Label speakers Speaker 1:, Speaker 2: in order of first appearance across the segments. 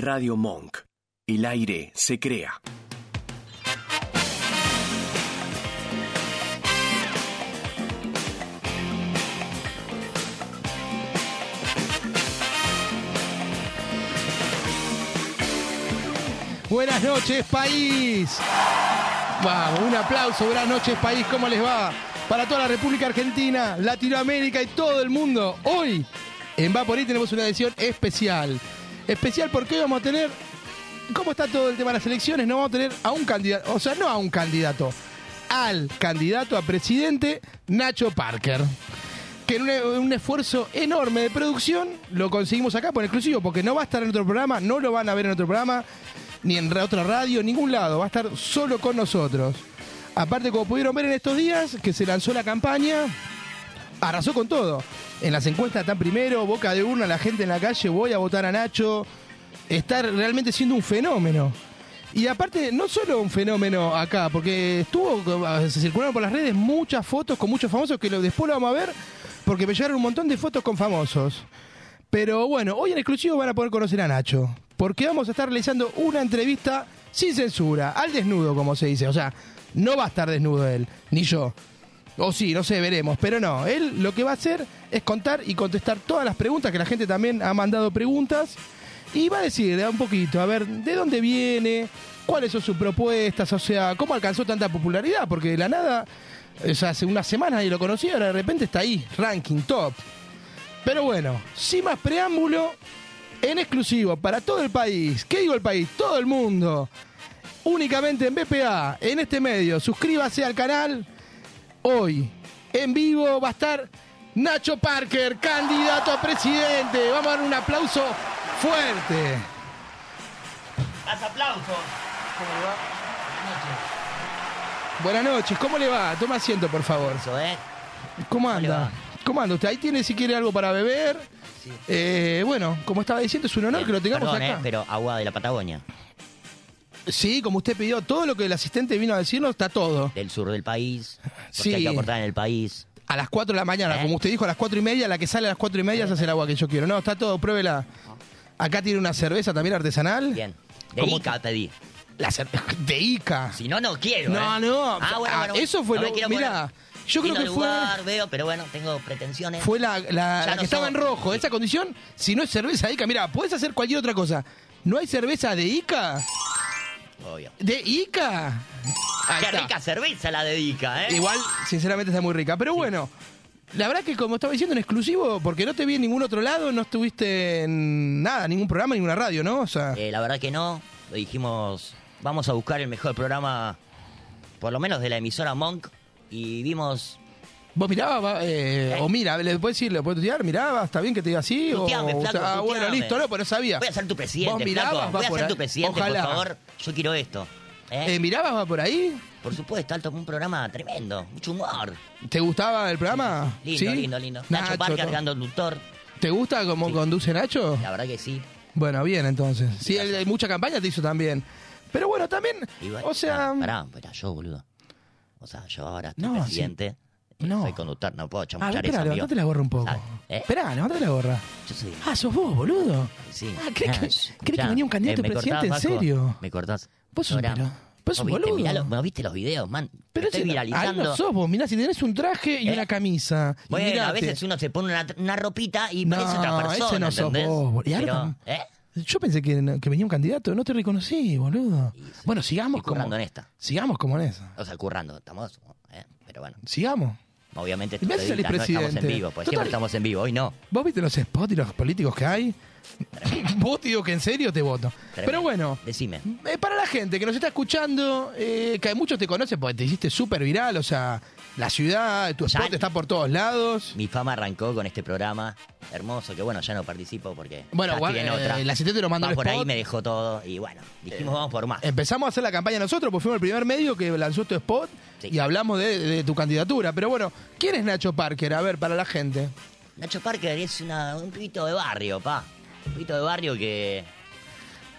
Speaker 1: Radio Monk. El aire se crea.
Speaker 2: Buenas noches, país. Vamos, un aplauso. Buenas noches, país. ¿Cómo les va? Para toda la República Argentina, Latinoamérica y todo el mundo. Hoy, en Vaporí, tenemos una edición especial. Especial porque hoy vamos a tener. ¿Cómo está todo el tema de las elecciones? No vamos a tener a un candidato, o sea, no a un candidato, al candidato a presidente Nacho Parker. Que en un, en un esfuerzo enorme de producción lo conseguimos acá por exclusivo, porque no va a estar en otro programa, no lo van a ver en otro programa ni en ra- otra radio, en ningún lado. Va a estar solo con nosotros. Aparte, como pudieron ver en estos días, que se lanzó la campaña, arrasó con todo. En las encuestas están primero, boca de urna, la gente en la calle, voy a votar a Nacho. Está realmente siendo un fenómeno. Y aparte, no solo un fenómeno acá, porque estuvo, se circularon por las redes muchas fotos con muchos famosos que lo, después lo vamos a ver, porque me llegaron un montón de fotos con famosos. Pero bueno, hoy en exclusivo van a poder conocer a Nacho, porque vamos a estar realizando una entrevista sin censura, al desnudo, como se dice. O sea, no va a estar desnudo él, ni yo. O sí, no sé, veremos. Pero no, él lo que va a hacer es contar y contestar todas las preguntas, que la gente también ha mandado preguntas. Y va a decir un poquito, a ver, ¿de dónde viene? ¿Cuáles son sus propuestas? O sea, ¿cómo alcanzó tanta popularidad? Porque de la nada, o sea, hace unas semanas nadie lo conocía, ahora de repente está ahí, ranking top. Pero bueno, sin más preámbulo, en exclusivo para todo el país, ¿qué digo el país? Todo el mundo, únicamente en BPA, en este medio, suscríbase al canal. Hoy, en vivo, va a estar Nacho Parker, candidato a presidente. Vamos a dar un aplauso fuerte.
Speaker 3: Haz aplausos.
Speaker 2: Buenas noches, ¿cómo le va? Toma asiento, por favor.
Speaker 3: Eso, ¿eh?
Speaker 2: ¿Cómo
Speaker 3: le
Speaker 2: anda?
Speaker 3: va?
Speaker 2: ¿Cómo anda usted? Ahí tiene si quiere algo para beber.
Speaker 3: Sí.
Speaker 2: Eh, bueno, como estaba diciendo, es un honor que lo tengamos
Speaker 3: Perdón,
Speaker 2: acá.
Speaker 3: eh, pero agua de la Patagonia,
Speaker 2: Sí, como usted pidió, todo lo que el asistente vino a decirnos está todo.
Speaker 3: del sur del país, porque
Speaker 2: Sí.
Speaker 3: hay que aportar en el país.
Speaker 2: A las 4 de la mañana,
Speaker 3: ¿Eh?
Speaker 2: como usted dijo, a las 4 y media, la que sale a las 4 y media se hace el agua que yo quiero. No, está todo, pruébela. Acá tiene una cerveza también artesanal.
Speaker 3: Ah. Bien. De
Speaker 2: ¿Cómo
Speaker 3: Ica pedí.
Speaker 2: La cer- de Ica.
Speaker 3: Si no, no quiero.
Speaker 2: No,
Speaker 3: ¿eh?
Speaker 2: no.
Speaker 3: Ah, bueno,
Speaker 2: Ah,
Speaker 3: bueno,
Speaker 2: eso fue
Speaker 3: no
Speaker 2: lo
Speaker 3: me quiero
Speaker 2: Mirá,
Speaker 3: poner
Speaker 2: yo creo
Speaker 3: fino
Speaker 2: que
Speaker 3: al
Speaker 2: fue,
Speaker 3: lugar, veo, pero bueno, tengo pretensiones.
Speaker 2: fue la, la-
Speaker 3: Ya
Speaker 2: la
Speaker 3: no
Speaker 2: que estaba en
Speaker 3: somos-
Speaker 2: rojo.
Speaker 3: sí.
Speaker 2: Esa condición, si no es cerveza de Ica, mira, puedes hacer cualquier otra cosa. ¿No hay cerveza de Ica?
Speaker 3: Obvio.
Speaker 2: ¿De Ica? Ahí
Speaker 3: Qué
Speaker 2: está.
Speaker 3: rica cerveza la dedica, ¿eh?
Speaker 2: Igual, sinceramente, está muy rica. Pero bueno, la verdad que como estaba diciendo en exclusivo, porque no te vi en ningún otro lado, no estuviste en nada, ningún programa, ninguna radio, ¿no? O sea,
Speaker 3: Eh, la verdad que no. Le dijimos, vamos a buscar el mejor programa, por lo menos de la emisora Monk, y vimos.
Speaker 2: vos mirabas, va, eh,
Speaker 3: eh.
Speaker 2: o mira, le puedes decir, le puedes tutear, mirabas, está bien que te diga así, o,
Speaker 3: Tuteame,
Speaker 2: o sea,
Speaker 3: flaco,
Speaker 2: ah, bueno,
Speaker 3: tuteame.
Speaker 2: listo, no, pero sabía.
Speaker 3: Voy a ser tu
Speaker 2: Vos
Speaker 3: presidente,
Speaker 2: mirabas,
Speaker 3: flaco.
Speaker 2: va
Speaker 3: Voy a
Speaker 2: por
Speaker 3: ser tu
Speaker 2: ahí.
Speaker 3: presidente,
Speaker 2: Ojalá.
Speaker 3: por favor. Yo quiero esto. ¿eh?
Speaker 2: Eh, mirabas, va por ahí,
Speaker 3: Por supuesto, Alto, un programa tremendo, mucho humor.
Speaker 2: ¿te gustaba el programa?
Speaker 3: Lindo,
Speaker 2: ¿Sí?
Speaker 3: lindo, lindo.
Speaker 2: Nacho,
Speaker 3: Nacho Parker,
Speaker 2: ¿no?
Speaker 3: gran conductor.
Speaker 2: ¿Te gusta cómo
Speaker 3: Sí.
Speaker 2: conduce Nacho?
Speaker 3: La verdad que sí.
Speaker 2: Bueno, bien, entonces. Sí,
Speaker 3: Gracias.
Speaker 2: él- eh, mucha campaña te hizo también. Pero bueno, también,
Speaker 3: Y bueno,
Speaker 2: o sea... mm.
Speaker 3: pará, Pará, pues, pará, yo, boludo. O sea, yo ahora estoy
Speaker 2: No, sí.
Speaker 3: presidente. eh,
Speaker 2: No.
Speaker 3: Soy conductor, no puedo
Speaker 2: Ah,
Speaker 3: chamuchar eso,
Speaker 2: espera,
Speaker 3: amigo.
Speaker 2: levantate la gorra un poco.
Speaker 3: Ah, ¿eh?
Speaker 2: Esperá, levantate la gorra.
Speaker 3: Yo soy...
Speaker 2: Ah, sos vos, boludo.
Speaker 3: Sí.
Speaker 2: Ah, ¿crees que- crees
Speaker 3: sí,
Speaker 2: que
Speaker 3: escuchá, Eh,
Speaker 2: venía un candidato
Speaker 3: ¿me
Speaker 2: a presidente?
Speaker 3: cortás,
Speaker 2: ¿En
Speaker 3: Vasco?
Speaker 2: serio?
Speaker 3: ¿Me cortás?
Speaker 2: Vos sos un
Speaker 3: Ahora,
Speaker 2: pelo- vos sos un
Speaker 3: ¿no viste?
Speaker 2: boludo.
Speaker 3: Mirá los- ¿No viste los videos, man?
Speaker 2: Pero
Speaker 3: estoy
Speaker 2: si-
Speaker 3: viralizando.
Speaker 2: Ahí no sos vos, mirá, si tenés un traje y
Speaker 3: ¿Eh?
Speaker 2: una camisa. y
Speaker 3: Bueno, a
Speaker 2: mirate.
Speaker 3: veces uno se pone una, una ropita y
Speaker 2: No,
Speaker 3: parece otra persona,
Speaker 2: ese no sos
Speaker 3: ¿entendés?
Speaker 2: vos, boludo. Y ahora
Speaker 3: Pero,
Speaker 2: tam-
Speaker 3: ¿eh?
Speaker 2: Yo pensé que, que venía un candidato, no te reconocí, boludo.
Speaker 3: Y se-
Speaker 2: Bueno, sigamos
Speaker 3: estoy currando
Speaker 2: como.
Speaker 3: en esta.
Speaker 2: Sigamos como en eso.
Speaker 3: O sea, currando, estamos... ¿eh? Pero bueno.
Speaker 2: Sigamos.
Speaker 3: Obviamente esto
Speaker 2: Me
Speaker 3: se
Speaker 2: hace
Speaker 3: edita,
Speaker 2: el
Speaker 3: no estamos en
Speaker 2: presidente.
Speaker 3: vivo, pues
Speaker 2: Total.
Speaker 3: siempre estamos en vivo, hoy no.
Speaker 2: ¿Vos viste los spots y los políticos que hay? Vos te digo que en serio te voto. Pero
Speaker 3: Tremendo.
Speaker 2: bueno,
Speaker 3: Decime.
Speaker 2: Eh, para la gente que nos está escuchando, eh, que muchos te conocen porque te hiciste súper viral, o sea, la ciudad, tu
Speaker 3: Ya-
Speaker 2: spot está por todos lados.
Speaker 3: Mi fama arrancó con este programa hermoso, que bueno, ya no participo porque
Speaker 2: Bueno,
Speaker 3: ya
Speaker 2: bueno,
Speaker 3: estoy en
Speaker 2: eh,
Speaker 3: otra.
Speaker 2: el asistente nos mandó
Speaker 3: Va
Speaker 2: el
Speaker 3: por ahí
Speaker 2: spot. Eh,
Speaker 3: me dejó todo y bueno, dijimos vamos por más.
Speaker 2: Empezamos a hacer la campaña nosotros, porque fuimos el primer medio que lanzó tu spot
Speaker 3: Sí.
Speaker 2: y hablamos de, de tu candidatura. Pero bueno, ¿quién es Nacho Parker? A ver, para la gente.
Speaker 3: Nacho Parker es una- un pibito de barrio, pa. Un pibito de barrio que,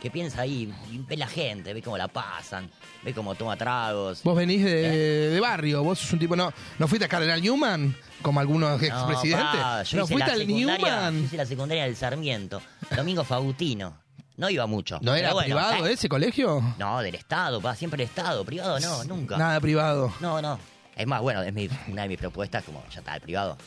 Speaker 3: que piensa ahí, y ve la gente, ve cómo la pasan, ve cómo toma tragos.
Speaker 2: Vos venís
Speaker 3: Eh.
Speaker 2: de, de barrio, vos sos un tipo, no, no fuiste a Cardenal Newman, como algunos
Speaker 3: No,
Speaker 2: expresidentes. no
Speaker 3: pa, yo hice la
Speaker 2: fuiste al
Speaker 3: secundaria-
Speaker 2: Newman.
Speaker 3: Yo hice la secundaria del Sarmiento, Domingo Faustino. No iba mucho.
Speaker 2: ¿No era
Speaker 3: Pero bueno,
Speaker 2: privado
Speaker 3: eh.
Speaker 2: ese colegio?
Speaker 3: No, del Estado, pa, siempre el Estado. Privado no, nunca.
Speaker 2: Nada privado.
Speaker 3: No, no. Es más, bueno, es mi- una de mis propuestas, como ya está, el privado.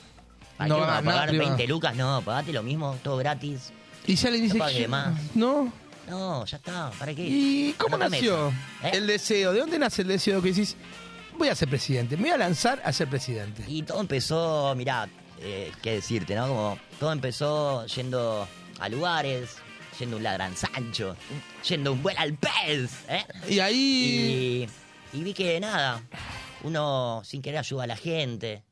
Speaker 3: ¿Para
Speaker 2: No,
Speaker 3: qué uno va a
Speaker 2: nada
Speaker 3: pagar
Speaker 2: privado.
Speaker 3: 20 lucas? No, pagate lo mismo, todo gratis.
Speaker 2: Y ya le dice
Speaker 3: pague
Speaker 2: que-
Speaker 3: más.
Speaker 2: ¿No?
Speaker 3: No, ya está, ¿para qué?
Speaker 2: ¿Y cómo
Speaker 3: Anotame
Speaker 2: nació
Speaker 3: eso, ¿eh?
Speaker 2: el deseo? ¿De dónde nace el deseo que decís, voy a ser presidente, me voy a lanzar a ser presidente?
Speaker 3: Y todo empezó, mirá, eh, qué decirte, ¿no? Como todo empezó yendo a lugares, yendo a un ladran Sancho, yendo a un buen al pez, ¿eh?
Speaker 2: Y ahí,
Speaker 3: Y, y vi que nada, uno sin querer ayuda a la gente.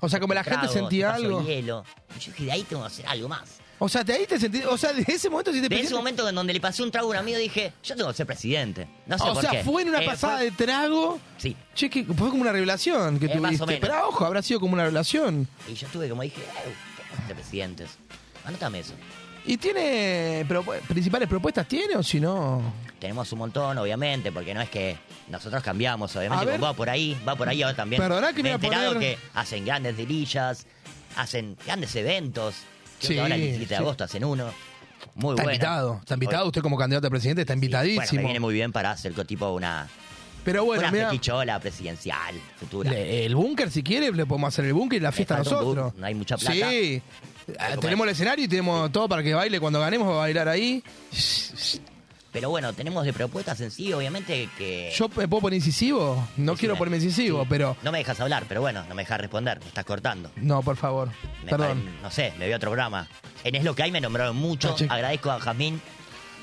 Speaker 2: o sea, como la
Speaker 3: Trago,
Speaker 2: gente
Speaker 3: te
Speaker 2: sentía
Speaker 3: paso
Speaker 2: algo.
Speaker 3: hielo. Y yo dije, de ahí tengo que hacer algo más.
Speaker 2: O sea, de ahí te sentí, o sea, de ese momento sí te
Speaker 3: De ese momento en donde le pasé un trago a un amigo, dije, yo tengo que ser presidente. No sé
Speaker 2: Ah, o
Speaker 3: por
Speaker 2: sea,
Speaker 3: qué.
Speaker 2: fue en una
Speaker 3: Eh,
Speaker 2: pasada
Speaker 3: fue-
Speaker 2: de trago.
Speaker 3: Sí.
Speaker 2: Che, que fue como una revelación que
Speaker 3: Eh, más o
Speaker 2: tuviste.
Speaker 3: menos.
Speaker 2: Pero ojo, habrá sido como una revelación.
Speaker 3: Y yo estuve como dije, eh, tengo que ser presidentes. Anótame eso.
Speaker 2: ¿Y tiene propu- principales propuestas tiene o si no?
Speaker 3: Tenemos un montón, obviamente, porque no es que nosotros cambiamos, obviamente,
Speaker 2: A ver.
Speaker 3: como va por ahí, va por ahí ahora también.
Speaker 2: Perdoná que
Speaker 3: Me he
Speaker 2: me voy a
Speaker 3: enterado
Speaker 2: poner-
Speaker 3: que hacen grandes dirillas, hacen grandes eventos. Creo
Speaker 2: Sí,
Speaker 3: que ahora el 17 de
Speaker 2: sí.
Speaker 3: agosto hacen uno. Muy
Speaker 2: Está
Speaker 3: bueno.
Speaker 2: invitado, está invitado.
Speaker 3: Hoy-
Speaker 2: Usted como candidato a presidente está
Speaker 3: sí, Bueno, me
Speaker 2: invitadísimo.
Speaker 3: viene muy bien para hacer co- tipo una,
Speaker 2: Pero bueno,
Speaker 3: una
Speaker 2: mirá,
Speaker 3: fetichola presidencial futura.
Speaker 2: le- el búnker si quiere le podemos hacer el búnker y la fiesta
Speaker 3: falta un
Speaker 2: nosotros.
Speaker 3: búnker, no hay mucha plata.
Speaker 2: Sí. Ah,
Speaker 3: comer.
Speaker 2: Tenemos el escenario y tenemos todo para que baile cuando ganemos va a bailar ahí.
Speaker 3: Eh. Pero bueno, tenemos de propuestas en sí, obviamente, que...
Speaker 2: Yo me puedo poner incisivo, no
Speaker 3: Decime.
Speaker 2: quiero ponerme incisivo,
Speaker 3: Sí.
Speaker 2: pero
Speaker 3: No me dejas hablar, pero bueno, no me dejas responder, me estás cortando.
Speaker 2: no, por favor.
Speaker 3: Me
Speaker 2: Perdón.
Speaker 3: pare- no sé, me vi otro programa. En Es lo que hay me nombraron mucho.
Speaker 2: Ah, che.
Speaker 3: Agradezco a Jazmín,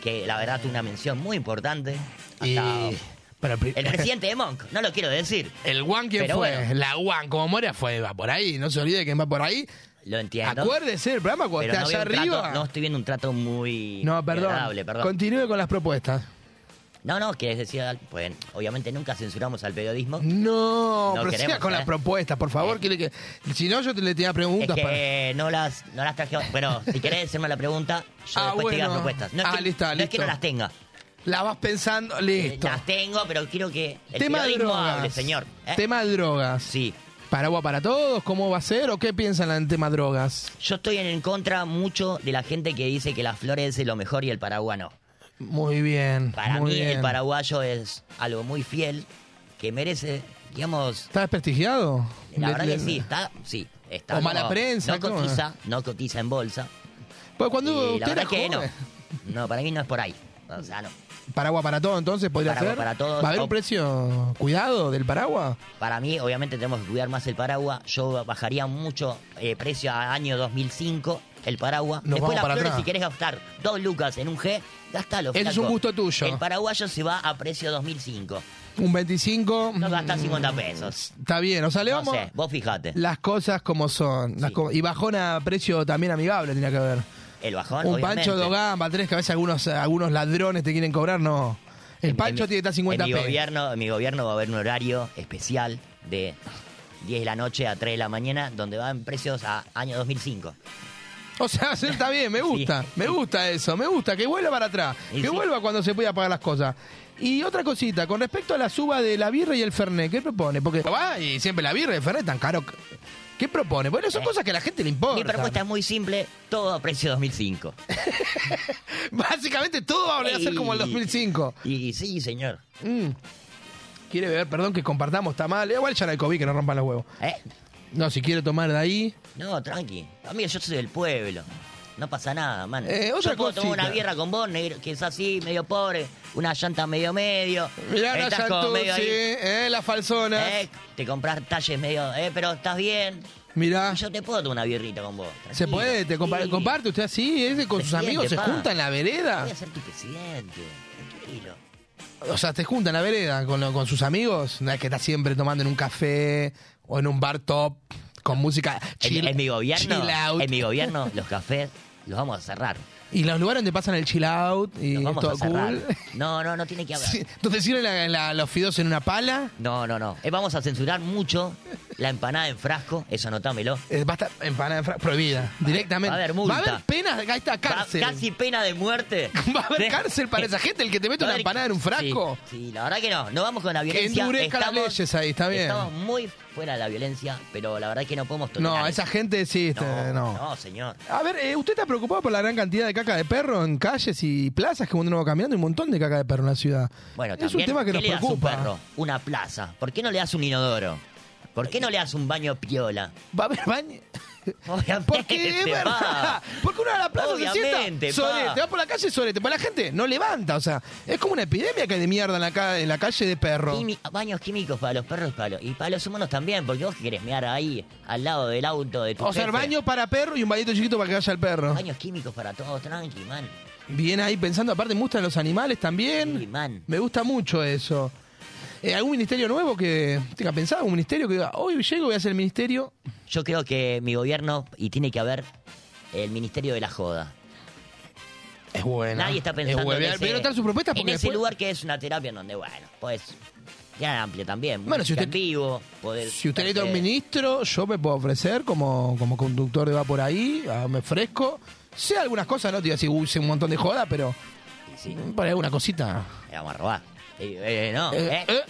Speaker 3: que la verdad tuvo una mención muy importante. Hasta
Speaker 2: Y- pero pri-
Speaker 3: El presidente de Monk, no lo quiero decir.
Speaker 2: El Juan ¿quién
Speaker 3: Pero
Speaker 2: fue?
Speaker 3: bueno.
Speaker 2: La Juan, como Moria fue, va por ahí, no se olvide que va por ahí.
Speaker 3: Lo entiendo.
Speaker 2: Acuérdese el programa cuando
Speaker 3: pero
Speaker 2: está
Speaker 3: no,
Speaker 2: allá
Speaker 3: veo un trato-
Speaker 2: arriba.
Speaker 3: no estoy viendo un trato muy
Speaker 2: No, perdón.
Speaker 3: agradable, perdón.
Speaker 2: Continúe con las propuestas.
Speaker 3: No, no, quieres decir, al- pues, obviamente nunca censuramos al periodismo.
Speaker 2: No,
Speaker 3: No
Speaker 2: pero siga
Speaker 3: queremos,
Speaker 2: con
Speaker 3: ¿eh?
Speaker 2: las propuestas, por favor.
Speaker 3: Eh.
Speaker 2: quiere que, si no, yo te le tenía
Speaker 3: Es
Speaker 2: preguntas para.
Speaker 3: que eh, no las, no las traje. Bueno, si querés hacerme la pregunta, yo
Speaker 2: Ah,
Speaker 3: después te digo las
Speaker 2: bueno.
Speaker 3: propuestas. No es
Speaker 2: Ah,
Speaker 3: que,
Speaker 2: listo,
Speaker 3: no es que
Speaker 2: listo.
Speaker 3: no las tenga.
Speaker 2: La vas pensando, listo.
Speaker 3: Las tengo, pero quiero que eh, el
Speaker 2: Tema de
Speaker 3: periodismo
Speaker 2: drogas.
Speaker 3: hable, señor. ¿eh?
Speaker 2: Tema de drogas.
Speaker 3: Sí.
Speaker 2: ¿Paraguas para todos? ¿Cómo va a ser? ¿O qué piensan en tema drogas?
Speaker 3: Yo estoy en contra mucho de la gente que dice que las flores es lo mejor y el paraguano.
Speaker 2: Muy bien.
Speaker 3: Para
Speaker 2: muy
Speaker 3: mí
Speaker 2: bien.
Speaker 3: el paraguayo es algo muy fiel que merece, digamos,
Speaker 2: ¿Está desprestigiado?
Speaker 3: la
Speaker 2: Le-
Speaker 3: verdad
Speaker 2: le-
Speaker 3: que sí, está, sí, está.
Speaker 2: O mala
Speaker 3: no-
Speaker 2: prensa,
Speaker 3: No
Speaker 2: ¿cómo?
Speaker 3: cotiza, no cotiza en bolsa.
Speaker 2: Pues cuando
Speaker 3: Y
Speaker 2: usted
Speaker 3: la
Speaker 2: era
Speaker 3: verdad que no.
Speaker 2: joven,
Speaker 3: No, para mí no es por ahí. O sea, no.
Speaker 2: Paraguas para todos, entonces podría
Speaker 3: Paraguas
Speaker 2: ser.
Speaker 3: para todos,
Speaker 2: ¿Va a haber
Speaker 3: o-
Speaker 2: un precio cuidado del paraguas?
Speaker 3: Para mí, obviamente, tenemos que cuidar más el paraguas. Yo bajaría mucho eh, precio a año 2005 el paraguas.
Speaker 2: Nos vamos
Speaker 3: Después las
Speaker 2: para
Speaker 3: flores,
Speaker 2: atrás.
Speaker 3: si querés gastar dos lucas en un G, gastalo.
Speaker 2: Ese es
Speaker 3: flaco.
Speaker 2: un gusto tuyo.
Speaker 3: El paraguayo se va a precio 2005.
Speaker 2: Un 25.
Speaker 3: No gastás
Speaker 2: mm,
Speaker 3: 50 pesos.
Speaker 2: Está bien, o sea, le
Speaker 3: No
Speaker 2: vamos
Speaker 3: sé, vos fijate.
Speaker 2: las cosas como son. las
Speaker 3: Sí.
Speaker 2: co- y bajona a precio también amigable tenía que haber.
Speaker 3: El bajón,
Speaker 2: un
Speaker 3: obviamente.
Speaker 2: pancho de gamba, tres, que a veces algunos, algunos ladrones te quieren cobrar, no. El
Speaker 3: En-
Speaker 2: pancho
Speaker 3: en-
Speaker 2: tiene que estar 50
Speaker 3: en mi,
Speaker 2: pesos.
Speaker 3: gobierno, en mi gobierno va a haber un horario especial de 10 de la noche a 3 de la mañana, donde van precios a año 2005.
Speaker 2: O sea, sí, está bien, me gusta,
Speaker 3: Sí.
Speaker 2: me gusta eso, me gusta, que vuelva para atrás,
Speaker 3: Y
Speaker 2: que
Speaker 3: sí.
Speaker 2: vuelva cuando se pueda pagar las cosas. Y otra cosita, con respecto a la suba de la birra y el fernet, ¿qué propone? Porque va y siempre la birra y el fernet tan caro. ¿Qué propone? Bueno, son
Speaker 3: Eh.
Speaker 2: cosas que a la gente le importa.
Speaker 3: Mi propuesta es muy simple, todo a precio 2005.
Speaker 2: Básicamente todo va a volver a ser como el
Speaker 3: Ey.
Speaker 2: 2005.
Speaker 3: Y sí, señor.
Speaker 2: Mm. Quiere beber, perdón que compartamos, está mal. Igual ya no hay COVID, que no rompan los huevos.
Speaker 3: ¿Eh?
Speaker 2: No, si quiere tomar de ahí.
Speaker 3: No, tranqui. Amigo, yo soy del pueblo. No pasa nada, man.
Speaker 2: Eh, otra
Speaker 3: yo puedo tomar
Speaker 2: cosita.
Speaker 3: una birra con vos, negro, que es así, medio pobre, una llanta medio medio.
Speaker 2: Mirá la
Speaker 3: Estás como
Speaker 2: Santurce,
Speaker 3: medio ahí,
Speaker 2: eh, las falsonas.
Speaker 3: eh, te compras talles medio, eh, pero estás bien.
Speaker 2: Mirá.
Speaker 3: Yo te puedo tomar una birrita con vos.
Speaker 2: Se
Speaker 3: tranquilo,
Speaker 2: puede, te compa-
Speaker 3: sí.
Speaker 2: comparte usted así, es de- con sus
Speaker 3: Presidente,
Speaker 2: amigos, se
Speaker 3: pa.
Speaker 2: junta en la vereda.
Speaker 3: Voy a ser tu presidente, tranquilo.
Speaker 2: O sea, te junta en la vereda con, lo- con sus amigos. No es que está siempre tomando en un café o en un bar top con música
Speaker 3: En-
Speaker 2: chill,
Speaker 3: en, mi gobierno,
Speaker 2: chill out.
Speaker 3: en mi gobierno, los cafés los vamos a cerrar.
Speaker 2: Y los lugares donde pasan el chill out y
Speaker 3: Los vamos
Speaker 2: todo
Speaker 3: a cerrar.
Speaker 2: cool.
Speaker 3: No, no, no tiene que haber.
Speaker 2: Sí, Donde sirven la- la- los fideos en una pala.
Speaker 3: No, no, no. Eh, vamos a censurar mucho La empanada en frasco, eso anotámelo.
Speaker 2: Eh, va a estar empanada en fra- prohibida, directamente.
Speaker 3: Va a haber multa.
Speaker 2: Va a haber penas, ahí está
Speaker 3: Va-
Speaker 2: cárcel.
Speaker 3: Casi pena de muerte.
Speaker 2: Va a haber
Speaker 3: De-
Speaker 2: cárcel para esa gente, el que te mete
Speaker 3: Va a
Speaker 2: una
Speaker 3: haber-
Speaker 2: empanada en un frasco.
Speaker 3: Sí, sí, la verdad que no. No vamos con la violencia.
Speaker 2: endurezca las leyes ahí, está bien.
Speaker 3: Estamos muy fuera de la violencia, pero la verdad que no podemos tolerar.
Speaker 2: No, esa
Speaker 3: eso.
Speaker 2: gente sí, este, no.
Speaker 3: No, no, señor.
Speaker 2: A ver, eh, ¿usted está preocupado por la gran cantidad de caca de perro en calles y plazas que uno va caminando? Hay Un montón de caca de perro en la ciudad.
Speaker 3: Bueno,
Speaker 2: es
Speaker 3: también,
Speaker 2: un tema que
Speaker 3: ¿qué
Speaker 2: nos
Speaker 3: le das a
Speaker 2: preocupa.
Speaker 3: un perro? Una plaza. ¿Por qué no le das un inodoro? ¿Por qué no le das un baño piola?
Speaker 2: Va a haber baño.
Speaker 3: Obviamente,
Speaker 2: Porque es
Speaker 3: Este, pa.
Speaker 2: verdad. Porque uno a la plaza
Speaker 3: Obviamente,
Speaker 2: se sienta. Solete,
Speaker 3: pa.
Speaker 2: va por la calle solete. Para la gente no levanta. O sea, es como una epidemia que hay de mierda en la, ca- en la calle de perro.
Speaker 3: Quimi- baños químicos para los perros para los- y para los humanos también, porque vos querés mear ahí, al lado del auto de tu
Speaker 2: O sea,
Speaker 3: jefe.
Speaker 2: baño para perro y un bañito chiquito para que vaya el perro.
Speaker 3: Baños químicos para todos, tranqui, man.
Speaker 2: Bien ahí pensando, aparte me gustan los animales también.
Speaker 3: Sí, man.
Speaker 2: Me gusta mucho eso. Eh, ¿Algún ministerio nuevo que tenga pensado? ¿Un ministerio que diga, hoy llego, voy a hacer el ministerio?
Speaker 3: Yo creo que mi gobierno, y tiene que haber, el Ministerio de la Joda.
Speaker 2: Es bueno.
Speaker 3: Nadie está pensando
Speaker 2: Es
Speaker 3: en
Speaker 2: estar
Speaker 3: ese,
Speaker 2: sus propuestas
Speaker 3: en
Speaker 2: porque
Speaker 3: ese
Speaker 2: después-
Speaker 3: lugar que es una terapia en donde, bueno, pues, ya amplia también.
Speaker 2: Bueno, si
Speaker 3: música
Speaker 2: usted-
Speaker 3: en vivo, poder...
Speaker 2: Si usted necesita un
Speaker 3: hacer-
Speaker 2: ministro, yo me puedo ofrecer como, como conductor de va por ahí, ah, me ofrezco. Sé algunas cosas, no te voy a decir, uy, sé un montón de joda, pero mm,
Speaker 3: Y sí,
Speaker 2: por ahí alguna cosita.
Speaker 3: le vamos a robar. Y, eh, no,
Speaker 2: Eh,
Speaker 3: ¿eh?
Speaker 2: eh,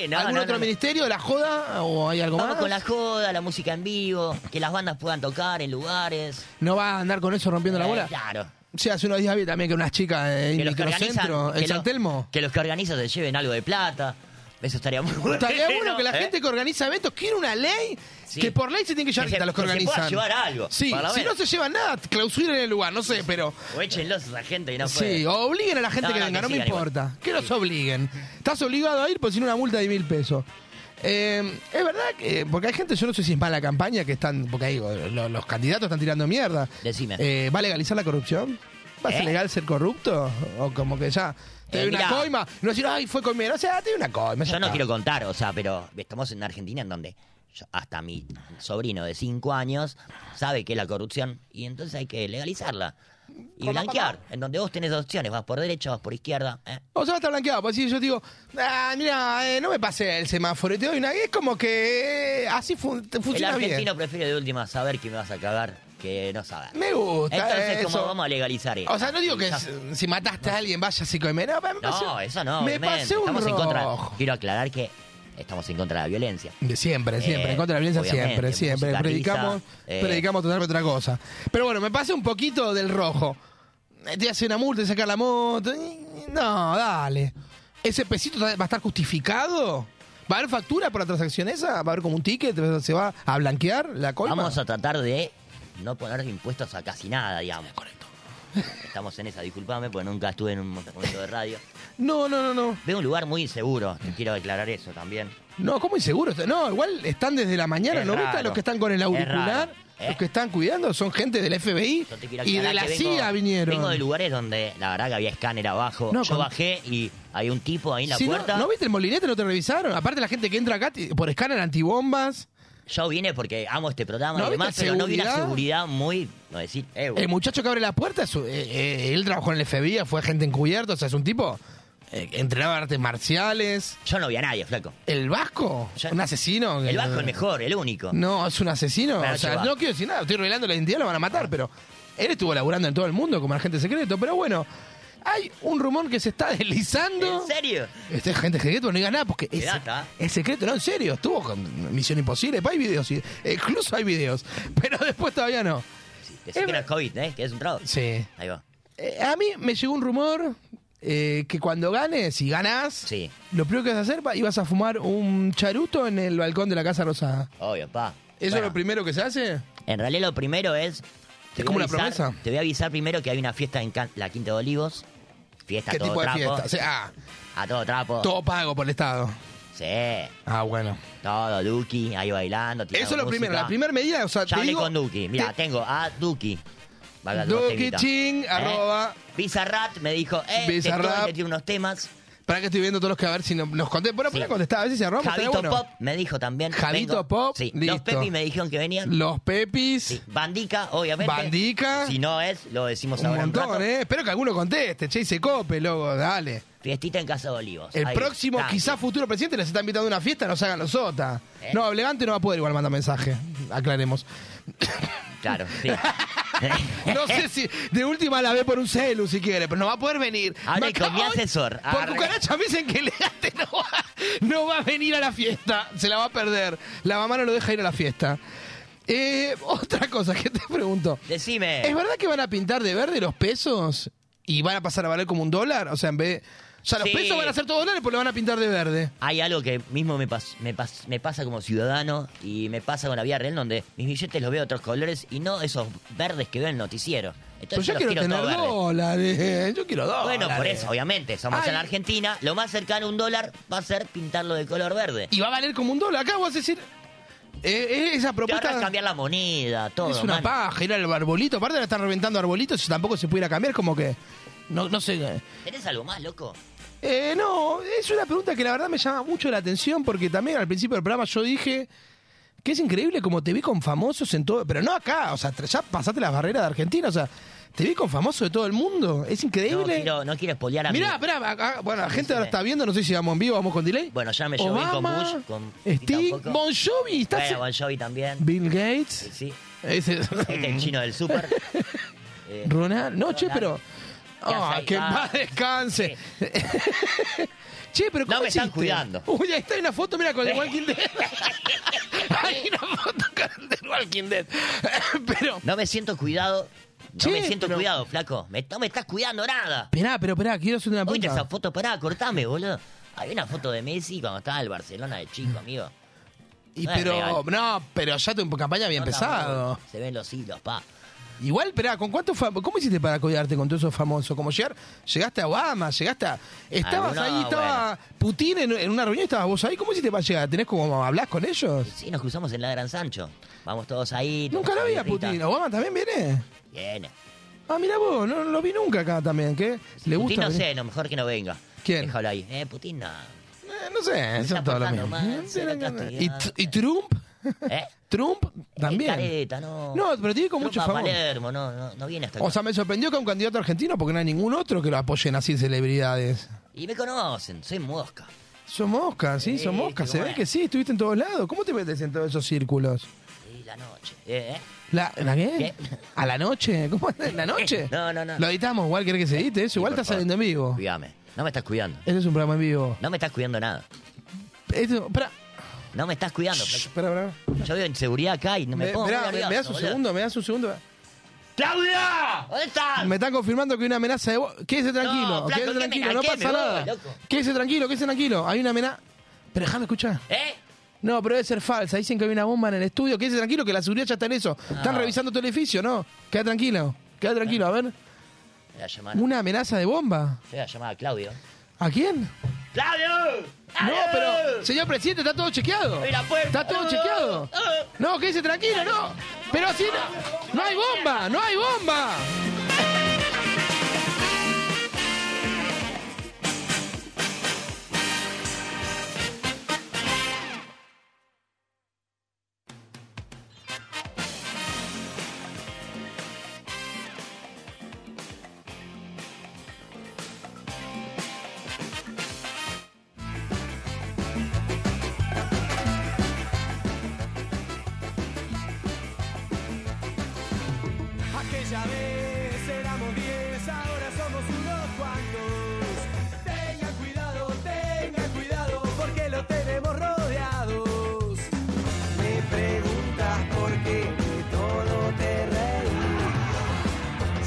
Speaker 2: pi.
Speaker 3: No,
Speaker 2: ¿Algún
Speaker 3: no,
Speaker 2: otro
Speaker 3: no, no.
Speaker 2: ministerio de la joda o hay algo
Speaker 3: Vamos
Speaker 2: más?
Speaker 3: con la joda, la música en vivo, que las bandas puedan tocar en lugares.
Speaker 2: ¿No va a andar con eso rompiendo la
Speaker 3: Eh,
Speaker 2: bola?
Speaker 3: Claro.
Speaker 2: Sí, hace unos días vi también que eh, unas chicas en
Speaker 3: Que
Speaker 2: el
Speaker 3: los que
Speaker 2: microcentro,
Speaker 3: organizan,
Speaker 2: en
Speaker 3: que
Speaker 2: San
Speaker 3: lo-
Speaker 2: Telmo.
Speaker 3: que los que organizan se lleven algo de plata. Eso estaría muy bueno.
Speaker 2: Estaría bueno que la
Speaker 3: ¿eh?
Speaker 2: gente que organiza eventos quiera una ley
Speaker 3: Sí.
Speaker 2: que por ley se tiene que llevar
Speaker 3: Que se-
Speaker 2: a los que,
Speaker 3: que se
Speaker 2: organizan.
Speaker 3: pueda llevar algo,
Speaker 2: Sí,
Speaker 3: por lo
Speaker 2: si no
Speaker 3: menos.
Speaker 2: se llevan nada, clausuren el lugar, no sé, pero.
Speaker 3: O échenlos a esa gente y no
Speaker 2: Sí,
Speaker 3: puede.
Speaker 2: o obliguen a la gente
Speaker 3: No,
Speaker 2: que
Speaker 3: no,
Speaker 2: venga,
Speaker 3: que
Speaker 2: no me
Speaker 3: sigan igual.
Speaker 2: importa. Que los obliguen. Estás obligado a ir por si no una multa de mil pesos. Eh, es verdad que, porque hay gente, yo no sé si es mala campaña, que están, porque ahí, lo- los, candidatos están tirando mierda.
Speaker 3: Decime.
Speaker 2: Eh, ¿Va a legalizar la corrupción? ¿Va a ser
Speaker 3: ¿Eh?
Speaker 2: legal ser corrupto? O como que ya, te
Speaker 3: Eh,
Speaker 2: doy una
Speaker 3: mirá.
Speaker 2: coima, no decir, ay, fue coimero, o sea, te doy una coima. ya
Speaker 3: Yo no
Speaker 2: está.
Speaker 3: quiero contar, o sea, pero estamos en Argentina en donde yo- hasta mi sobrino de 5 años sabe que es la corrupción y entonces hay que legalizarla. Y blanquear, en donde vos tenés dos opciones, vas por derecha, vas por izquierda. ¿eh?
Speaker 2: O sea, va a estar blanqueado. Pues si yo te digo, ah, mira, eh, no me pasé el semáforo y te doy una. Es como que eh, así fun- te
Speaker 3: El
Speaker 2: funciona
Speaker 3: argentino
Speaker 2: bien.
Speaker 3: prefiere de última saber que me vas a cagar que no saber.
Speaker 2: Me gusta.
Speaker 3: Entonces,
Speaker 2: eso.
Speaker 3: ¿cómo vamos a legalizar eso?
Speaker 2: O sea, no digo que s- si mataste a alguien vaya así con No, me
Speaker 3: Ah, No,
Speaker 2: pasé-
Speaker 3: eso no.
Speaker 2: Me
Speaker 3: obviamente.
Speaker 2: pasé un
Speaker 3: estamos en contra.
Speaker 2: rojo.
Speaker 3: Quiero aclarar que estamos en contra de la violencia.
Speaker 2: De siempre, siempre,
Speaker 3: Eh,
Speaker 2: en contra de la violencia siempre,
Speaker 3: obviamente,
Speaker 2: siempre.
Speaker 3: música
Speaker 2: Predicamos,
Speaker 3: lisa, eh.
Speaker 2: predicamos totalmente otra cosa. Pero bueno, me pasé un poquito del rojo. Eh, Te hace una multa, te saca la moto. y- No, dale. ¿Ese pesito va a estar justificado? ¿Va a haber factura por la transacción esa? ¿Va a haber como un ticket? ¿Se va a blanquear la coima?
Speaker 3: Vamos a tratar de no poner impuestos a casi nada, digamos. Correcto. Estamos en esa, disculpame, porque nunca estuve en un momento de radio.
Speaker 2: No, no, no, no.
Speaker 3: Veo un lugar muy inseguro, te quiero declarar eso también.
Speaker 2: No, ¿cómo inseguro? está? No, igual están desde la mañana,
Speaker 3: Es
Speaker 2: ¿no viste a
Speaker 3: raro.
Speaker 2: los que están con el
Speaker 3: Es
Speaker 2: auricular?
Speaker 3: raro, ¿eh?
Speaker 2: Los que están cuidando son gente del FBI
Speaker 3: Yo te quiero
Speaker 2: y de
Speaker 3: aclarar
Speaker 2: la
Speaker 3: que vengo-
Speaker 2: CIA vinieron.
Speaker 3: Vengo de lugares donde la verdad que había escáner abajo.
Speaker 2: No,
Speaker 3: Yo
Speaker 2: con-
Speaker 3: bajé y había un tipo ahí en la
Speaker 2: Si no-
Speaker 3: puerta.
Speaker 2: no, viste el molinete? ¿No te revisaron? Aparte la gente que entra acá ti- por escáner antibombas.
Speaker 3: Yo vine porque amo este programa
Speaker 2: ¿No
Speaker 3: y
Speaker 2: viste
Speaker 3: demás, pero no vi la
Speaker 2: seguridad?
Speaker 3: seguridad muy. No decir, eh,
Speaker 2: El muchacho que abre la puerta, es un- eh, eh, él trabajó en el FBI, fue agente encubierto, o sea, es un tipo eh, que entrenaba artes marciales.
Speaker 3: yo no vi a nadie, flaco.
Speaker 2: ¿El Vasco?
Speaker 3: Ya-
Speaker 2: ¿Un asesino? Eh,
Speaker 3: El Vasco es mejor, el único.
Speaker 2: No, es un asesino.
Speaker 3: Claro,
Speaker 2: o sea,
Speaker 3: que va.
Speaker 2: no quiero decir nada, estoy revelando la identidad, lo van a matar, pero él estuvo laburando en todo el mundo como agente secreto. Pero bueno, hay un rumor que se está deslizando.
Speaker 3: ¿En serio?
Speaker 2: Este agente secreto no diga nada porque es,
Speaker 3: data.
Speaker 2: es secreto, no, en serio, estuvo con Misión Imposible, pa, hay videos, y- eh, incluso hay videos, pero después todavía no.
Speaker 3: Decí
Speaker 2: Es
Speaker 3: que no
Speaker 2: ver-
Speaker 3: es COVID, ¿eh? Que es un trago.
Speaker 2: Sí.
Speaker 3: Ahí va.
Speaker 2: Eh, a mí me llegó un rumor eh, que cuando ganes, si ganás,
Speaker 3: Sí.
Speaker 2: lo primero que vas a hacer, pa, ibas a fumar un charuto en el balcón de la Casa Rosada.
Speaker 3: Obvio, pa.
Speaker 2: ¿Eso es
Speaker 3: Bueno,
Speaker 2: lo primero que se hace?
Speaker 3: En realidad lo primero es... te
Speaker 2: Es
Speaker 3: voy
Speaker 2: como una
Speaker 3: a avisar-
Speaker 2: promesa.
Speaker 3: Te voy a avisar primero que hay una fiesta en Can- la Quinta de Olivos. Fiesta a
Speaker 2: ¿Qué
Speaker 3: todo
Speaker 2: tipo de
Speaker 3: trapo. Oh.
Speaker 2: fiesta? O sea, ah,
Speaker 3: A todo trapo.
Speaker 2: todo pago por el Estado.
Speaker 3: Sí.
Speaker 2: Ah, bueno.
Speaker 3: Todo Duki, ahí bailando. tirando
Speaker 2: Eso es lo
Speaker 3: música.
Speaker 2: primero, la primera medida, o sea,
Speaker 3: Ya
Speaker 2: te
Speaker 3: hablé
Speaker 2: digo-
Speaker 3: con Duki. Mira,
Speaker 2: te-
Speaker 3: tengo a Duki. Valga tu
Speaker 2: Duki
Speaker 3: temita.
Speaker 2: Ching, arroba.
Speaker 3: Bizarrat me dijo, eh, te
Speaker 2: Bizarrap.
Speaker 3: tengo que tirar unos temas.
Speaker 2: ¿Para qué estoy viendo todos los que a ver si no- nos contestan? Bueno,
Speaker 3: Sí.
Speaker 2: pero contestar, a ver si se arroba. estaría
Speaker 3: Javito
Speaker 2: bueno.
Speaker 3: Pop me dijo también.
Speaker 2: Javito
Speaker 3: vengo.
Speaker 2: Pop,
Speaker 3: Sí, los
Speaker 2: listo.
Speaker 3: Pepi me dijeron que venían.
Speaker 2: Los Pepis.
Speaker 3: Sí, Bandica, obviamente.
Speaker 2: Bandica.
Speaker 3: Si no es, lo decimos
Speaker 2: Un
Speaker 3: ahora. en un
Speaker 2: montón,
Speaker 3: rato.
Speaker 2: ¿eh? Espero que alguno conteste, che, y se cope, loco, dale.
Speaker 3: Fiestita en Casa de Olivos.
Speaker 2: El
Speaker 3: Ahí,
Speaker 2: próximo,
Speaker 3: tranqui.
Speaker 2: quizás futuro presidente, les está invitando a una fiesta, no se hagan los sota.
Speaker 3: ¿Eh?
Speaker 2: No, Levante no va a poder igual mandar mensaje, aclaremos.
Speaker 3: Claro, sí.
Speaker 2: No sé si de última la ve por un celu si quiere, pero no va a poder venir.
Speaker 3: Hable
Speaker 2: Macri-
Speaker 3: con Ah, mi
Speaker 2: Ay,
Speaker 3: asesor. Ah,
Speaker 2: Por
Speaker 3: Arre.
Speaker 2: cucaracha me dicen que Levante no va, no va a venir a la fiesta, se la va a perder. La mamá no lo deja ir a la fiesta. Eh, otra cosa que te pregunto.
Speaker 3: Decime.
Speaker 2: ¿Es verdad que van a pintar de verde los pesos y van a pasar a valer como un dólar? O sea, en vez. O sea, los
Speaker 3: Sí.
Speaker 2: pesos van a ser todos dólares, pero lo van a pintar de verde.
Speaker 3: Hay algo que mismo me, pas- me, pas- me pasa como ciudadano y me pasa con la vida real, donde mis billetes los veo de otros colores y no esos verdes que veo en el noticiero.
Speaker 2: Pero
Speaker 3: Entonces
Speaker 2: yo
Speaker 3: los
Speaker 2: quiero
Speaker 3: quiero
Speaker 2: tener
Speaker 3: todos verdes.
Speaker 2: dólares. Yo quiero dólares.
Speaker 3: Bueno, por eso, obviamente. Somos
Speaker 2: Ay.
Speaker 3: en Argentina. Lo más cercano a un dólar va a ser pintarlo de color verde.
Speaker 2: Y va a valer como un dólar. Acá vas a decir. eh, eh, esa
Speaker 3: Te ahorras
Speaker 2: propuesta.
Speaker 3: cambiar la moneda, todo.
Speaker 2: es una
Speaker 3: mano.
Speaker 2: paja, ir al arbolito. Aparte, ahora están reventando arbolitos y tampoco se pudiera cambiar. Como que. No, no sé.
Speaker 3: ¿Tenés algo más, loco?
Speaker 2: Eh, no, es una pregunta que la verdad me llama mucho la atención porque también al principio del programa yo dije que es increíble como te vi con famosos en todo, pero no acá, o sea, tra- ya pasaste las barreras de Argentina, o sea, te vi con famosos de todo el mundo, es
Speaker 3: No
Speaker 2: increíble.
Speaker 3: quiero, no quiero espolear a
Speaker 2: Mirá,
Speaker 3: mi-
Speaker 2: esperá, acá- bueno, la gente ahora
Speaker 3: Decime.
Speaker 2: está viendo, no sé si vamos en vivo, vamos con delay.
Speaker 3: Bueno, ya me llevo bien con
Speaker 2: Obama,
Speaker 3: Bush, con-
Speaker 2: Steve,
Speaker 3: tampoco.
Speaker 2: Bon Jovi, está
Speaker 3: Bueno, Bon Jovi también.
Speaker 2: Bill
Speaker 3: Sí,
Speaker 2: Gates,
Speaker 3: sí.
Speaker 2: ese-
Speaker 3: Este el chino del súper. Eh,
Speaker 2: Ronald, no, che,
Speaker 3: Ronald.
Speaker 2: pero...
Speaker 3: ¿Qué
Speaker 2: Ah,
Speaker 3: hace ahí?
Speaker 2: que
Speaker 3: Ah.
Speaker 2: más descanse. Che, pero
Speaker 3: No
Speaker 2: ¿cómo
Speaker 3: me están
Speaker 2: hiciste?
Speaker 3: cuidando.
Speaker 2: Uy, ahí está hay una foto, mira, con el Walking Dead. hay una foto con el Walking Dead. pero,
Speaker 3: no me siento cuidado. No
Speaker 2: Che,
Speaker 3: me siento
Speaker 2: pero-
Speaker 3: cuidado, flaco. Me- no me estás cuidando nada.
Speaker 2: esperá, pero, esperá, quiero hacer una
Speaker 3: Oíste esa
Speaker 2: pregunta.
Speaker 3: foto, pará, cortame, boludo. Había una foto de Messi cuando estaba en el Barcelona de chico, amigo.
Speaker 2: Y,
Speaker 3: no es
Speaker 2: pero,
Speaker 3: real.
Speaker 2: no, pero ya tu campaña había
Speaker 3: No,
Speaker 2: empezado.
Speaker 3: tampoco. Se ven los hilos, pa.
Speaker 2: Igual, esperá, ¿con cuántos fam- ¿cómo hiciste para cuidarte con todos esos famosos? Como llegar, llegaste a Obama, llegaste a... Estabas
Speaker 3: Alguno,
Speaker 2: ahí, estaba Putin en, en una reunión, estabas vos ahí, ¿cómo hiciste para llegar? ¿Tenés como hablar con ellos?
Speaker 3: Sí, nos cruzamos en la Gran Sancho. Vamos todos ahí.
Speaker 2: Nunca lo
Speaker 3: tomamos
Speaker 2: vi a
Speaker 3: birrita.
Speaker 2: Putin. ¿Obama también viene?
Speaker 3: Bien.
Speaker 2: Ah, mira vos, no, no lo vi nunca acá también. ¿Qué? ¿Le gusta?
Speaker 3: Putin no
Speaker 2: venir?
Speaker 3: sé, lo mejor que no venga.
Speaker 2: ¿Quién?
Speaker 3: Déjalo ahí. Eh, Putin no.
Speaker 2: Eh, no sé,
Speaker 3: está
Speaker 2: son todos los
Speaker 3: portando
Speaker 2: mismos.
Speaker 3: mal, se la
Speaker 2: ¿Y,
Speaker 3: castigada.
Speaker 2: tr- y Trump?
Speaker 3: ¿Eh?
Speaker 2: ¿Trump?
Speaker 3: Eh,
Speaker 2: También.
Speaker 3: careta, no.
Speaker 2: No, pero tiene como
Speaker 3: Trump
Speaker 2: mucho
Speaker 3: a
Speaker 2: favor.
Speaker 3: Palermo, no, no, no viene hasta acá.
Speaker 2: O sea, me sorprendió que a un candidato argentino, porque no hay ningún otro que lo apoyen así celebridades.
Speaker 3: Y me conocen, soy mosca.
Speaker 2: Son moscas, sí, son
Speaker 3: Sí,
Speaker 2: moscas.
Speaker 3: sí,
Speaker 2: Se ve
Speaker 3: bueno.
Speaker 2: que sí, estuviste en todos lados. ¿Cómo te metes en todos esos círculos?
Speaker 3: Y la noche. ¿Eh?
Speaker 2: ¿La, ¿la qué?
Speaker 3: ¿Qué?
Speaker 2: ¿A la noche? ¿Cómo es? ¿La noche?
Speaker 3: No, no, no.
Speaker 2: Lo editamos, igual querés que se edite eso. Igual
Speaker 3: por
Speaker 2: está
Speaker 3: favor.
Speaker 2: saliendo en vivo.
Speaker 3: Cuídame. No me estás cuidando.
Speaker 2: Ese es un programa en vivo.
Speaker 3: No me estás cuidando nada.
Speaker 2: Esto, espera.
Speaker 3: No me estás cuidando.
Speaker 2: Shh, espera, espera.
Speaker 3: Yo veo inseguridad acá y no me,
Speaker 2: Me,
Speaker 3: pongo.
Speaker 2: mirá,
Speaker 3: muy
Speaker 2: me- me
Speaker 3: nervioso,
Speaker 2: das un
Speaker 3: boludo.
Speaker 2: segundo, me das un segundo.
Speaker 3: ¡Claudia! ¿Dónde estás?
Speaker 2: Me están confirmando que hay una amenaza de vos. Quédese tranquilo,
Speaker 3: Ah. No, flaco,
Speaker 2: quédese
Speaker 3: ¿qué me-
Speaker 2: tranquilo,
Speaker 3: a
Speaker 2: no
Speaker 3: qué me
Speaker 2: pasa
Speaker 3: voy,
Speaker 2: nada.
Speaker 3: loco?
Speaker 2: Quédese tranquilo, quédese tranquilo. Hay una amenaza. Pero déjame escuchar.
Speaker 3: ¿Eh?
Speaker 2: No, pero debe ser falsa. Dicen que hay una bomba en el estudio. Quédese tranquilo, que la seguridad ya está en eso. Están
Speaker 3: Ah.
Speaker 2: revisando todo el edificio, ¿no? Queda tranquilo, queda tranquilo. A ver,
Speaker 3: Voy a llamar.
Speaker 2: una amenaza de bomba.
Speaker 3: Voy a llamar a Claudio.
Speaker 2: ¿A quién?
Speaker 3: ¡Claudio!
Speaker 2: No,
Speaker 3: ¡Claudio!
Speaker 2: pero, señor presidente, está todo chequeado.
Speaker 3: Abrí la puerta. Ah.
Speaker 2: Está todo chequeado. No, quédese tranquilo, no. Pero así no, no hay bomba, no hay bomba.
Speaker 4: Aquella vez éramos diez, ahora somos unos cuantos. Tengan cuidado, tengan cuidado, porque lo tenemos rodeados. Me preguntas por qué de todo te reí.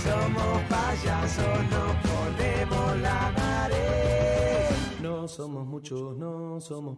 Speaker 4: Somos payasos, no ponemos la pared. No somos muchos, no somos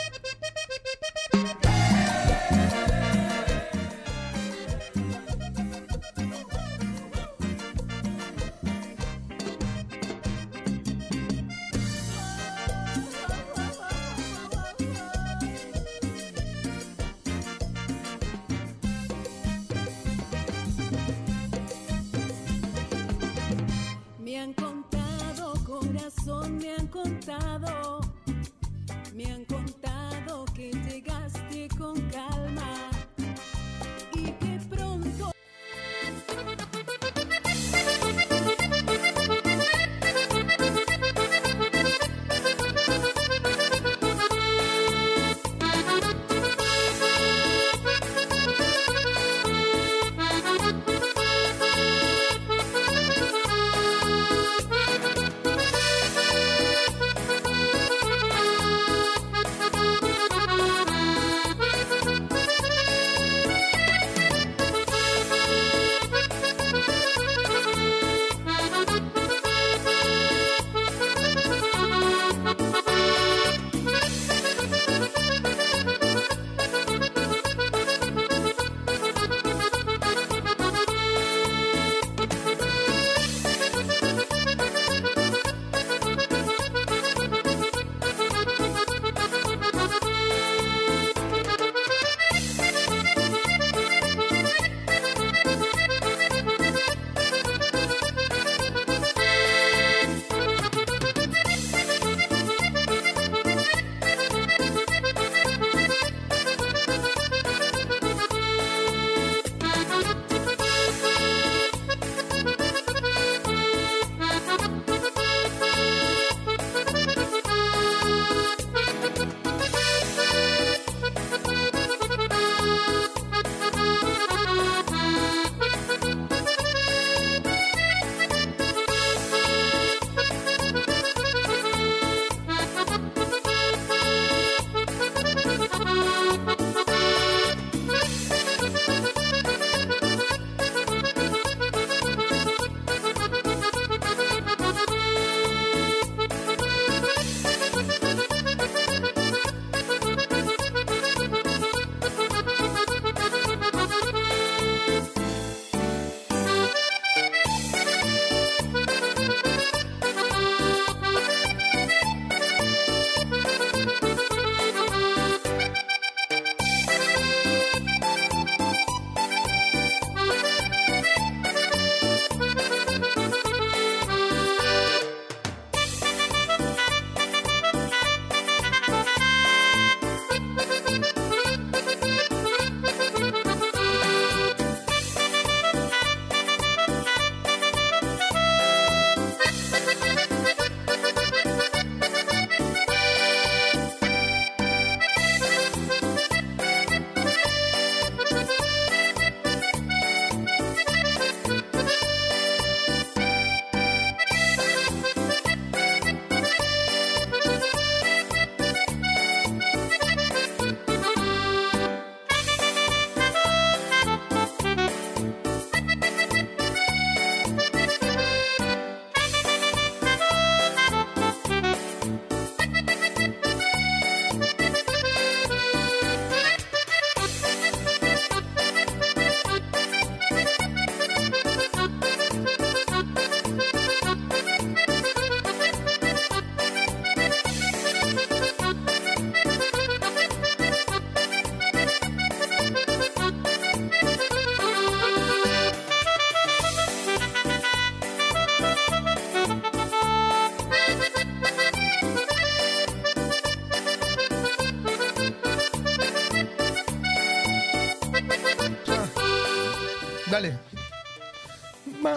Speaker 2: Dale.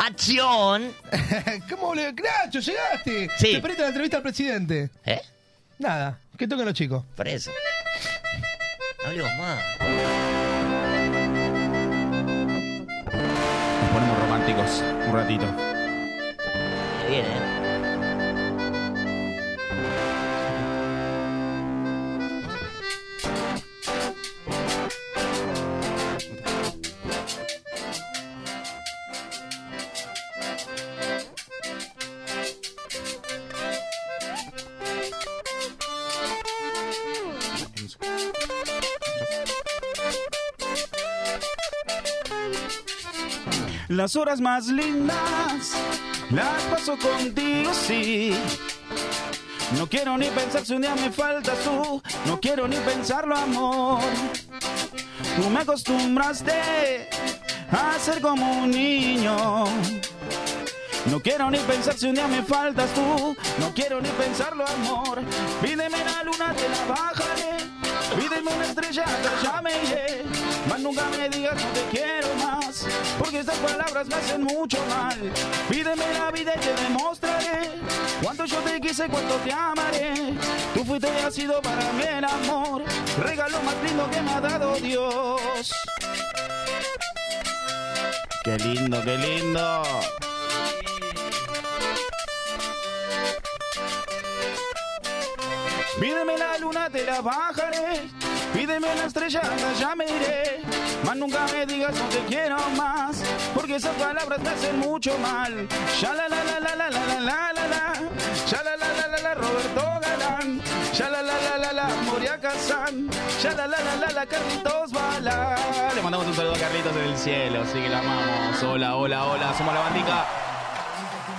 Speaker 3: ¡Acción!
Speaker 2: ¿Cómo le.? Nacho, llegaste.
Speaker 3: Sí.
Speaker 2: Te perdiste la entrevista al presidente.
Speaker 3: ¿Eh?
Speaker 2: Nada, que toquen los chicos.
Speaker 3: Por eso. Hablemos más.
Speaker 5: Nos ponemos románticos un ratito.
Speaker 3: Qué bien, ¿eh?
Speaker 5: Las horas más lindas las paso contigo, sí. No quiero ni pensar si un día me faltas tú, no quiero ni pensarlo, amor. Tú me acostumbraste a ser como un niño. No quiero ni pensar si un día me faltas tú, no quiero ni pensarlo, amor. Pídeme la luna, te la bajaré. Pídeme una estrella, te llame iré. Más nunca me digas no te quiero más, porque estas palabras me hacen mucho mal. Pídeme la vida y te demostraré cuánto yo te quise, cuánto te amaré. Tú fuiste y has sido para mí el amor, regalo más lindo que me ha dado Dios. Qué lindo, qué lindo. Pídeme la luna, te la bajaré. Pídeme la estrella, hasta allá me iré. Más nunca me digas no te quiero más, porque esas palabras me hacen mucho mal. Ya la la la la la la la la la la. Ya la la la la la Roberto Galán. Ya la la la la la Moria Kazan. Ya la la la la la Carlitos Balán. Le mandamos un saludo a Carlitos del cielo, así que la amamos. Hola, hola, hola, somos la bandica.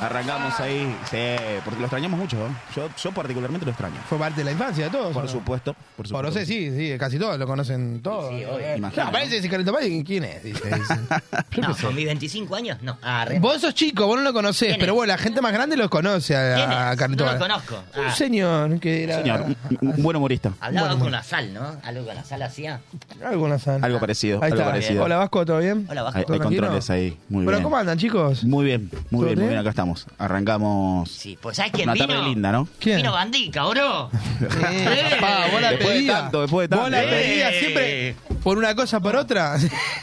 Speaker 5: Arrancamos ahí, sí, porque lo extrañamos mucho. ¿eh? Yo, yo particularmente lo extraño.
Speaker 2: Fue parte de la infancia de todos. ¿o
Speaker 5: Por
Speaker 2: no?
Speaker 5: supuesto, por
Speaker 2: Bueno,
Speaker 5: supuesto.
Speaker 2: no sé, sí, sí, casi todos lo conocen todos.
Speaker 3: Sí, obvio.
Speaker 5: Imagino.
Speaker 2: No, parece ese Carlito Paz, ¿quién es? Dice, dice. Yo qué
Speaker 3: No,
Speaker 2: sé.
Speaker 3: con mis 25 años, no. Ah, re-
Speaker 2: Vos sos chico, vos no lo conocés,
Speaker 3: ¿Quién
Speaker 2: pero
Speaker 3: es?
Speaker 2: bueno, la gente más grande lo conoce
Speaker 3: ¿Quién
Speaker 2: a, a
Speaker 3: es?
Speaker 2: Carlito
Speaker 3: No lo
Speaker 2: Paz.
Speaker 3: conozco.
Speaker 2: Un
Speaker 3: Ah,
Speaker 2: señor que era.
Speaker 5: Señor, un, un buen humorista.
Speaker 3: hablaba
Speaker 2: Bueno,
Speaker 3: con la sal, ¿no? Algo con la sal hacía.
Speaker 2: Algo, no saben.
Speaker 5: Algo parecido,
Speaker 2: Ahí
Speaker 5: algo
Speaker 2: está.
Speaker 5: parecido.
Speaker 2: Hola Vasco, ¿todo bien?
Speaker 3: Hola, Vasco.
Speaker 5: Hay, hay
Speaker 2: ¿Todo tranquilo?
Speaker 5: controles ahí. Muy
Speaker 2: Bueno,
Speaker 5: bien.
Speaker 2: ¿cómo andan, chicos?
Speaker 5: Muy bien, muy bien,
Speaker 2: bien?
Speaker 5: muy bien. Acá estamos. Arrancamos.
Speaker 3: Sí, pues ¿sabes quién
Speaker 5: Una
Speaker 3: vino?
Speaker 5: tarde linda, ¿no?
Speaker 2: ¿Quién?
Speaker 3: Vino Bandica, bro.
Speaker 2: Eh, papá, vos la
Speaker 5: Después de
Speaker 2: pedías.
Speaker 5: tanto, después de
Speaker 2: Vos la
Speaker 5: tanto.
Speaker 2: pedías
Speaker 3: Eh.
Speaker 2: siempre por una cosa, por otra.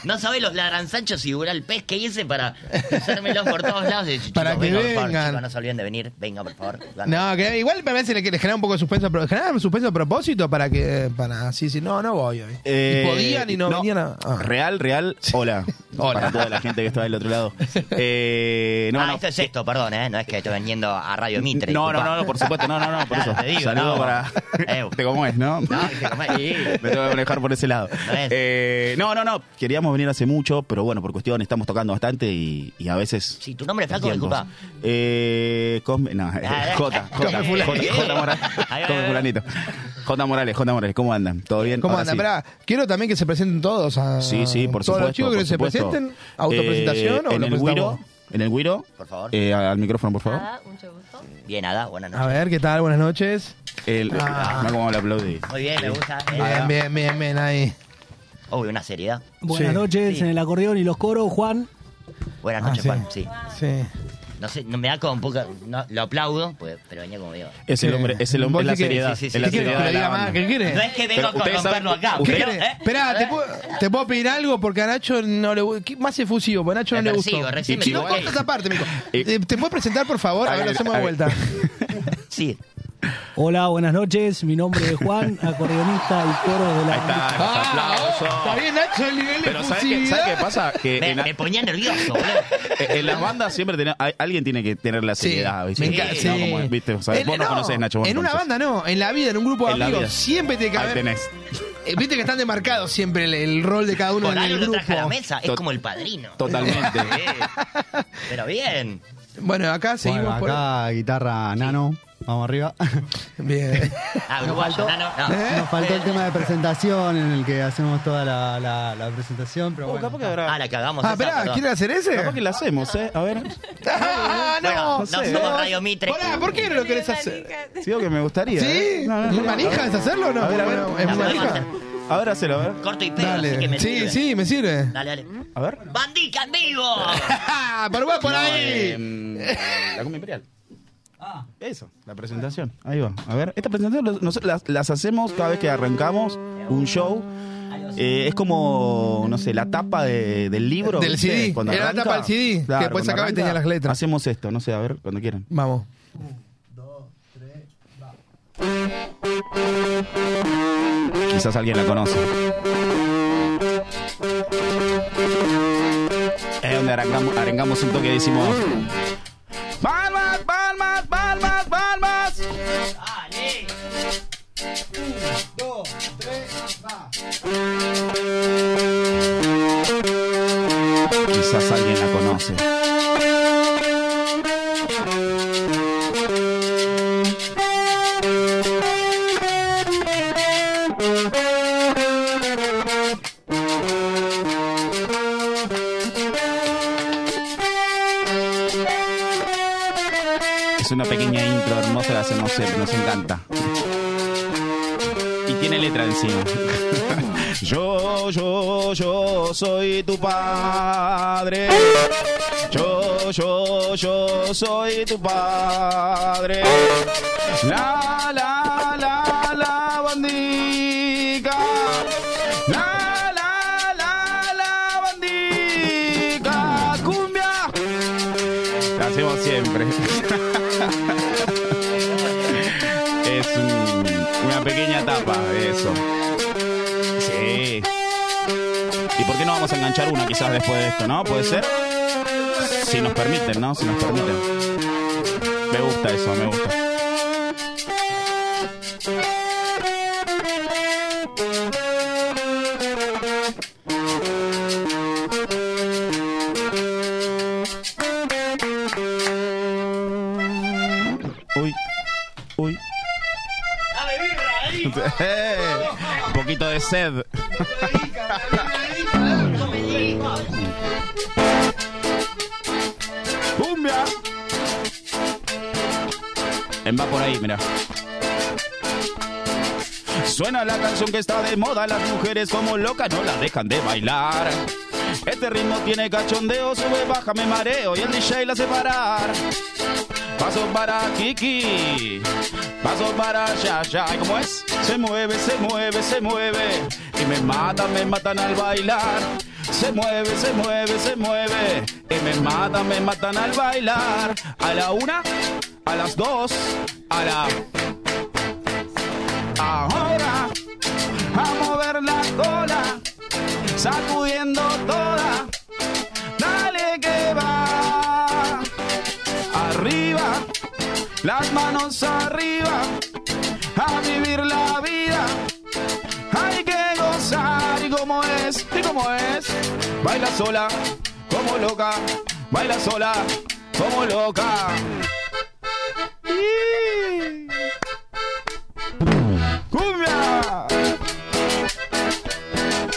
Speaker 3: No sabés los ladranzanchos y el pez que hice para cruzármelos por todos lados. Y, chicos,
Speaker 2: Para que
Speaker 3: vengan, por favor,
Speaker 2: vengan.
Speaker 3: chicos, no se olviden de venir. Venga, por favor. Vengan.
Speaker 2: No, que igual me parece que les genera un poco de suspenso, pero genera un suspenso a propósito para que, para así decir, no, no voy hoy.
Speaker 5: Eh,
Speaker 2: y podían y no, venían a... ah.
Speaker 5: Real, real. Hola.
Speaker 2: Hola.
Speaker 5: Para toda la gente que está del otro lado. Eh, no,
Speaker 3: ah,
Speaker 5: no.
Speaker 3: esto es esto, perdón, ¿eh? No es que estoy vendiendo a Radio Mitre.
Speaker 5: No, no,
Speaker 3: disculpa.
Speaker 5: no, no, por supuesto, no, no, no, por
Speaker 3: Claro,
Speaker 5: eso.
Speaker 3: te digo,
Speaker 5: Saludo
Speaker 3: no.
Speaker 5: para.
Speaker 3: Eh.
Speaker 5: ¿Te cómo es, no?
Speaker 3: No, dije, ¿cómo es? Sí.
Speaker 5: Me tengo que manejar por ese lado.
Speaker 3: No es.
Speaker 5: Eh, no, no, no. Queríamos venir hace mucho, pero bueno, por cuestión estamos tocando bastante y, y a veces.
Speaker 3: Sí, tu nombre es flaco,
Speaker 5: tiempos.
Speaker 3: disculpa.
Speaker 5: Eh, Cosme, no, eh,
Speaker 3: Ah,
Speaker 5: Jota,
Speaker 3: eh,
Speaker 5: Jota,
Speaker 3: eh,
Speaker 5: Jota,
Speaker 3: eh,
Speaker 5: Jota
Speaker 3: eh.
Speaker 5: Morales,
Speaker 3: Ahí va, ahí
Speaker 5: Cosme
Speaker 3: va.
Speaker 5: fulanito. Jota Morales, Jota Morales, ¿cómo andan? ¿Todo bien?
Speaker 2: ¿Cómo
Speaker 5: Ahora
Speaker 2: andan?
Speaker 5: sí.
Speaker 2: Pará, quiero también que se presenten todos. A,
Speaker 5: Sí, sí, por
Speaker 2: Todos
Speaker 5: supuesto.
Speaker 2: los chicos
Speaker 5: por
Speaker 2: que se
Speaker 5: supuesto.
Speaker 2: presenten, autopresentación o
Speaker 5: Eh, en
Speaker 2: lo
Speaker 5: el
Speaker 2: presentamos?
Speaker 5: Guiro, en el Guiro,
Speaker 3: Por favor. Ah.
Speaker 5: eh, al micrófono, por favor.
Speaker 6: Nada, mucho gusto.
Speaker 3: Bien, Ada, buenas
Speaker 2: A
Speaker 3: noches.
Speaker 2: ver, ¿qué tal? Buenas noches.
Speaker 5: El,
Speaker 2: Ah.
Speaker 5: mirá cómo le aplaudí.
Speaker 3: Muy bien, me gusta. eh.
Speaker 2: Bien, bien, bien, bien, ahí.
Speaker 3: Uy, una seriedad.
Speaker 7: Buenas
Speaker 2: Sí.
Speaker 7: noches,
Speaker 3: Sí.
Speaker 7: en el acordeón y los coros, Juan.
Speaker 3: Buenas
Speaker 2: Ah,
Speaker 3: noches,
Speaker 2: sí.
Speaker 3: Juan. Sí.
Speaker 2: Sí.
Speaker 3: No sé, no, me da como un poco. no, lo aplaudo, pues, pero venía como digo.
Speaker 5: Es el
Speaker 2: Sí.
Speaker 5: hombre, es el
Speaker 2: Eh, Vos
Speaker 5: hombre, es la
Speaker 2: sí que-
Speaker 5: seriedad.
Speaker 3: sí, sí,
Speaker 5: es
Speaker 3: sí,
Speaker 5: la
Speaker 2: ¿Qué querés
Speaker 5: seriedad
Speaker 2: que
Speaker 5: de
Speaker 2: le
Speaker 5: la
Speaker 2: diga
Speaker 5: banda.
Speaker 2: más? ¿Qué querés?
Speaker 3: No es que
Speaker 5: Pero
Speaker 3: vengo a
Speaker 5: ustedes
Speaker 3: romperlo
Speaker 5: saben-
Speaker 3: acá,
Speaker 5: ustedes-
Speaker 3: pero.
Speaker 2: ¿Qué
Speaker 3: ¿eh?
Speaker 2: querés? Esperá, te puedo, te puedo pedir algo porque a Nacho no le gu- ¿Qué? más efusivo, porque a Nacho no
Speaker 3: Me
Speaker 2: le
Speaker 3: persigo,
Speaker 2: gustó.
Speaker 3: recién
Speaker 2: Si
Speaker 3: me
Speaker 2: no
Speaker 3: equivoqué.
Speaker 2: corta esa parte, mijo.
Speaker 5: Y-
Speaker 2: Eh, ¿Te puedes presentar, por favor? A
Speaker 5: A
Speaker 2: ver, lo
Speaker 5: ver,
Speaker 2: hacemos
Speaker 5: a
Speaker 2: de
Speaker 5: ver.
Speaker 2: vuelta.
Speaker 3: Sí.
Speaker 2: Eh,
Speaker 7: Hola, buenas noches, mi nombre es Juan, acordeonista y coros de la
Speaker 5: Ahí está,
Speaker 7: Bandija.
Speaker 5: los aplausos.
Speaker 2: Ah, Está bien, Nacho, el nivel de
Speaker 5: Pero ¿sabes qué,
Speaker 2: efusividad.
Speaker 5: ¿sabes qué pasa? Que
Speaker 3: Me,
Speaker 5: en, la-
Speaker 3: me ponía nervioso, boludo.
Speaker 5: en las bandas siempre tenés- hay- alguien tiene que tener la
Speaker 2: Sí,
Speaker 5: seriedad, ¿viste?
Speaker 2: me encanta.
Speaker 5: No,
Speaker 2: sí.
Speaker 5: como es, ¿viste? ¿Sabes?
Speaker 2: En-
Speaker 5: Vos no, conocés Nacho. vos
Speaker 2: En
Speaker 5: no
Speaker 2: una
Speaker 5: conocés.
Speaker 2: banda no, en la vida, en un grupo de
Speaker 5: En la vida.
Speaker 2: amigos, siempre te
Speaker 5: Ahí
Speaker 2: cabe.
Speaker 5: tenés.
Speaker 2: Eh, Viste que están demarcados siempre el, el rol de cada uno
Speaker 3: Por
Speaker 2: en el
Speaker 3: algo lo
Speaker 2: grupo.
Speaker 3: traje a la mesa. Es
Speaker 5: Tot-
Speaker 3: como el padrino.
Speaker 5: Totalmente.
Speaker 3: Sí. Pero bien.
Speaker 2: Bueno, acá seguimos
Speaker 8: Bueno, acá guitarra nano,
Speaker 6: Ah, Vamos arriba.
Speaker 2: Bien.
Speaker 3: Ah, uruguayo, nano, no.
Speaker 2: ¿Eh?
Speaker 6: Nos faltó el tema de presentación en el que hacemos toda la, la- la presentación, pero
Speaker 5: Oh,
Speaker 6: bueno.
Speaker 5: capaz que habrá-
Speaker 3: Ah, la cagamos.
Speaker 2: Ah,
Speaker 3: esa,
Speaker 2: esperá,
Speaker 3: perdón.
Speaker 2: ¿quieren hacer ese?
Speaker 5: capaz que la hacemos, ¿eh? A ver.
Speaker 2: ¡Ah,
Speaker 3: Bueno,
Speaker 2: no!
Speaker 3: no
Speaker 5: sé.
Speaker 3: somos Radio Mitre.
Speaker 2: Pará, ¿por qué no lo querés hacer?
Speaker 5: Digo que me gustaría.
Speaker 2: ¿Sí?
Speaker 5: ¿eh? No, no,
Speaker 2: ¿Muy
Speaker 5: no.
Speaker 2: manija es hacerlo o no?
Speaker 5: A ver, a ver.
Speaker 2: Bueno,
Speaker 5: La
Speaker 2: ¿Es muy
Speaker 3: La podemos
Speaker 2: manija?
Speaker 3: hacer.
Speaker 5: Ahora hacelo, a ver.
Speaker 3: Corto y pego, así que me
Speaker 2: Dale. Sí,
Speaker 3: sirve.
Speaker 2: sí, me sirve.
Speaker 3: Dale, dale.
Speaker 5: A ver.
Speaker 3: ¡Bandica en vivo!
Speaker 2: ¡Ah! ¡Por va por
Speaker 5: Eh,
Speaker 2: ahí!
Speaker 5: mm, la Copa Imperial. Eso, la presentación. Ahí va. A ver, esta presentación los- nos- las, las hacemos cada vez que arrancamos un show. Eh, es como, no sé, la tapa de- del libro.
Speaker 2: Del
Speaker 5: ¿viste?
Speaker 2: CD.
Speaker 5: Cuando
Speaker 2: Era la
Speaker 5: arranca.
Speaker 2: tapa del CD, que después
Speaker 5: cuando
Speaker 2: sacaba y
Speaker 5: arranca,
Speaker 2: tenía las letras.
Speaker 5: Hacemos esto, no sé, a ver, cuando quieran.
Speaker 2: Vamos.
Speaker 5: Quizás alguien la conoce. Es donde arrancamos, arrancamos un toque y decimos... ¡Palmas, palmas, palmas, palmas!
Speaker 3: ¡Dale!
Speaker 5: Quizás alguien la conoce. Es una pequeña intro hermosa que hacemos siempre, nos encanta. Y tiene letra encima. Yo, yo, yo soy tu padre. Yo, yo, yo soy tu padre. La, la, la, la bandica. La, la, la, la bandica. Cumbia. La hacemos siempre. es un- una pequeña tapa de eso. Sí. ¿Y por qué no vamos a enganchar una quizás después de esto, no? ¿Puede ser? Si nos permiten, ¿no? Si nos permiten. Me gusta eso, me gusta. Uy, uy. Un poquito de sed. ¡Cumbia! En va por ahí, mira. Suena la canción que está de moda, las mujeres como locas no la dejan de bailar. Este ritmo tiene cachondeo, sube, baja, me mareo y el DJ la hace parar. Paso para Kiki, paso para allá, allá. ¿Y cómo es? Se mueve, se mueve, se mueve. Y me matan, me matan al bailar. Se mueve, se mueve, se mueve. Y me matan, me matan al bailar. A la una, a las dos, a la. Ahora, a mover la cola, sacudiendo toda. Dale que va arriba, las manos arriba, a vivir la vida. Hay que gozar y como es, y como es, baila sola, como loca, baila sola, como loca. Y- ¡Cumbia!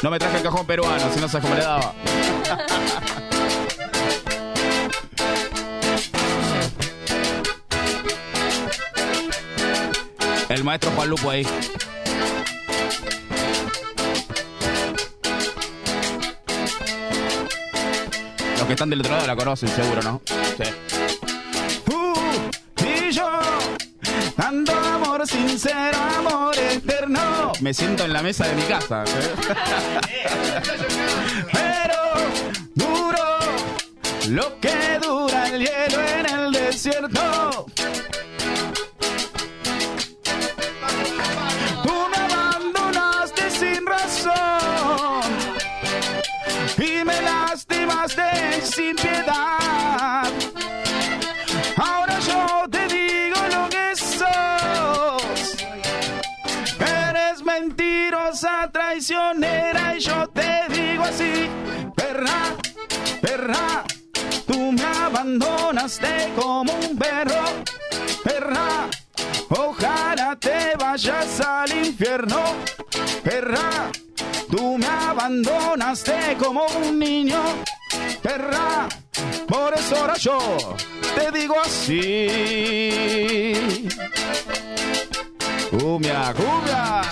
Speaker 5: No me traje el cajón peruano, si no sabes cómo le daba. El maestro Juan Lupo ahí. Los que están del otro lado la conocen, seguro, ¿no? Sí. y yo, dando amor sincero, amor eterno. Me siento en la mesa de mi casa. ¿eh? Pero duro, lo que dura el hielo en el desierto. Tú me abandonaste sin razón y me lastimaste sin piedad. Ahora yo te digo lo que sos. Eres mentirosa, traicionera y yo te digo así, perra, perra. Tú me abandonaste como un perro, perra. Ojalá te vayas al infierno, perra. Tú me abandonaste como un niño, perra. Por eso ahora yo te digo así. Cumbia, cumbia.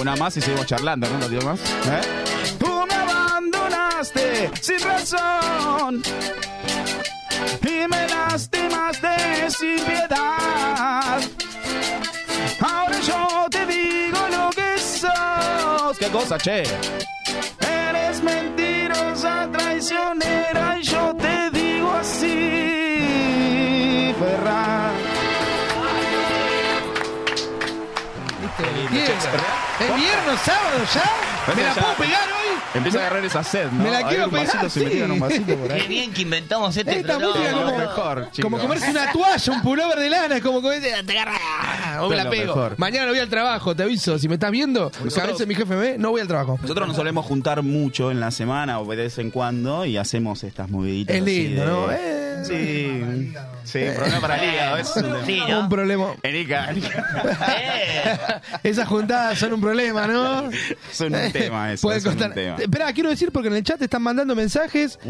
Speaker 5: Una más y seguimos charlando, ¿no? Los más. ¿Eh? Tú me abandonaste sin razón y me lastimaste sin piedad. Ahora yo te digo lo que sos. ¿Qué cosa, che? Eres mentirosa, traicionera y yo te digo así, perra.
Speaker 2: Viernes. ¿Es viernes, sábado ya? ¿Me la
Speaker 5: Ya.
Speaker 2: puedo pegar hoy?
Speaker 5: Empieza a agarrar esa sed, ¿no?
Speaker 2: Me la
Speaker 5: Ahí
Speaker 2: quiero
Speaker 5: un
Speaker 2: pegar,
Speaker 5: vasito, si
Speaker 2: sí.
Speaker 5: me tiran un vasito por
Speaker 3: Qué
Speaker 5: ahí.
Speaker 3: bien que inventamos este
Speaker 2: Esta
Speaker 3: programa.
Speaker 2: música
Speaker 5: No,
Speaker 2: como-
Speaker 5: lo mejor, chicos.
Speaker 2: Como comerse una toalla, un pullover de lana, es como comerse. Te agarra, o me
Speaker 5: Es
Speaker 2: la
Speaker 5: lo
Speaker 2: pego.
Speaker 5: mejor.
Speaker 2: Mañana no voy al trabajo, te aviso. Si me estás viendo, que a veces mi jefe me ve, no voy al trabajo.
Speaker 5: Nosotros nos solemos juntar mucho en la semana o de vez en cuando y hacemos estas moviditas.
Speaker 2: Es
Speaker 5: así
Speaker 2: lindo,
Speaker 5: de-
Speaker 2: ¿no? Eh,
Speaker 5: Sí. Sí, problema para el hígado, es un tema.
Speaker 3: Sí,
Speaker 2: Un
Speaker 3: ¿no?
Speaker 2: problema.
Speaker 5: Erika,
Speaker 3: Eh,
Speaker 2: Esas juntadas son un problema, ¿no?
Speaker 5: Son un tema eso,
Speaker 2: Pueden
Speaker 5: son un
Speaker 2: costar.
Speaker 5: tema. Uh.
Speaker 2: Esperá, quiero decir porque en el chat están mandando mensajes.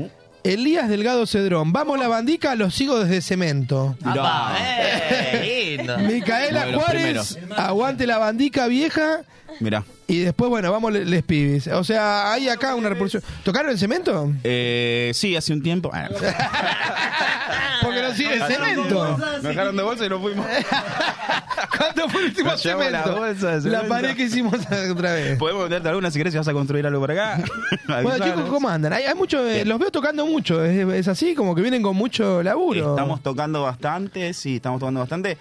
Speaker 2: Elías Delgado Cedrón. Vamos la bandica, los sigo desde cemento.
Speaker 3: apa, eh, lindo.
Speaker 2: Micaela
Speaker 5: Ah. Uno de los
Speaker 2: Juárez, aguante la bandica vieja.
Speaker 5: mira.
Speaker 2: Y después, bueno, vamos le- les pibes. O sea, hay acá una repulsión. ¿Tocaron el cemento?
Speaker 5: Eh, sí, hace un tiempo. Ah,
Speaker 2: Porque no sirve el cemento.
Speaker 5: Nos dejaron de bolsa y nos fuimos.
Speaker 2: ¿Cuándo fue el último
Speaker 5: Nos llevamos la
Speaker 2: cemento?
Speaker 5: bolsa de
Speaker 2: La
Speaker 5: cemento. Pues,
Speaker 2: pared que hicimos otra vez.
Speaker 5: Podemos venderte alguna si querés si vas a construir algo por acá.
Speaker 2: Bueno,
Speaker 5: Avisanos.
Speaker 2: chicos, ¿cómo andan? Hay, hay mucho, eh, los veo tocando mucho. Es, es así, como que vienen con mucho laburo.
Speaker 5: Estamos tocando bastante, sí, estamos tocando bastante.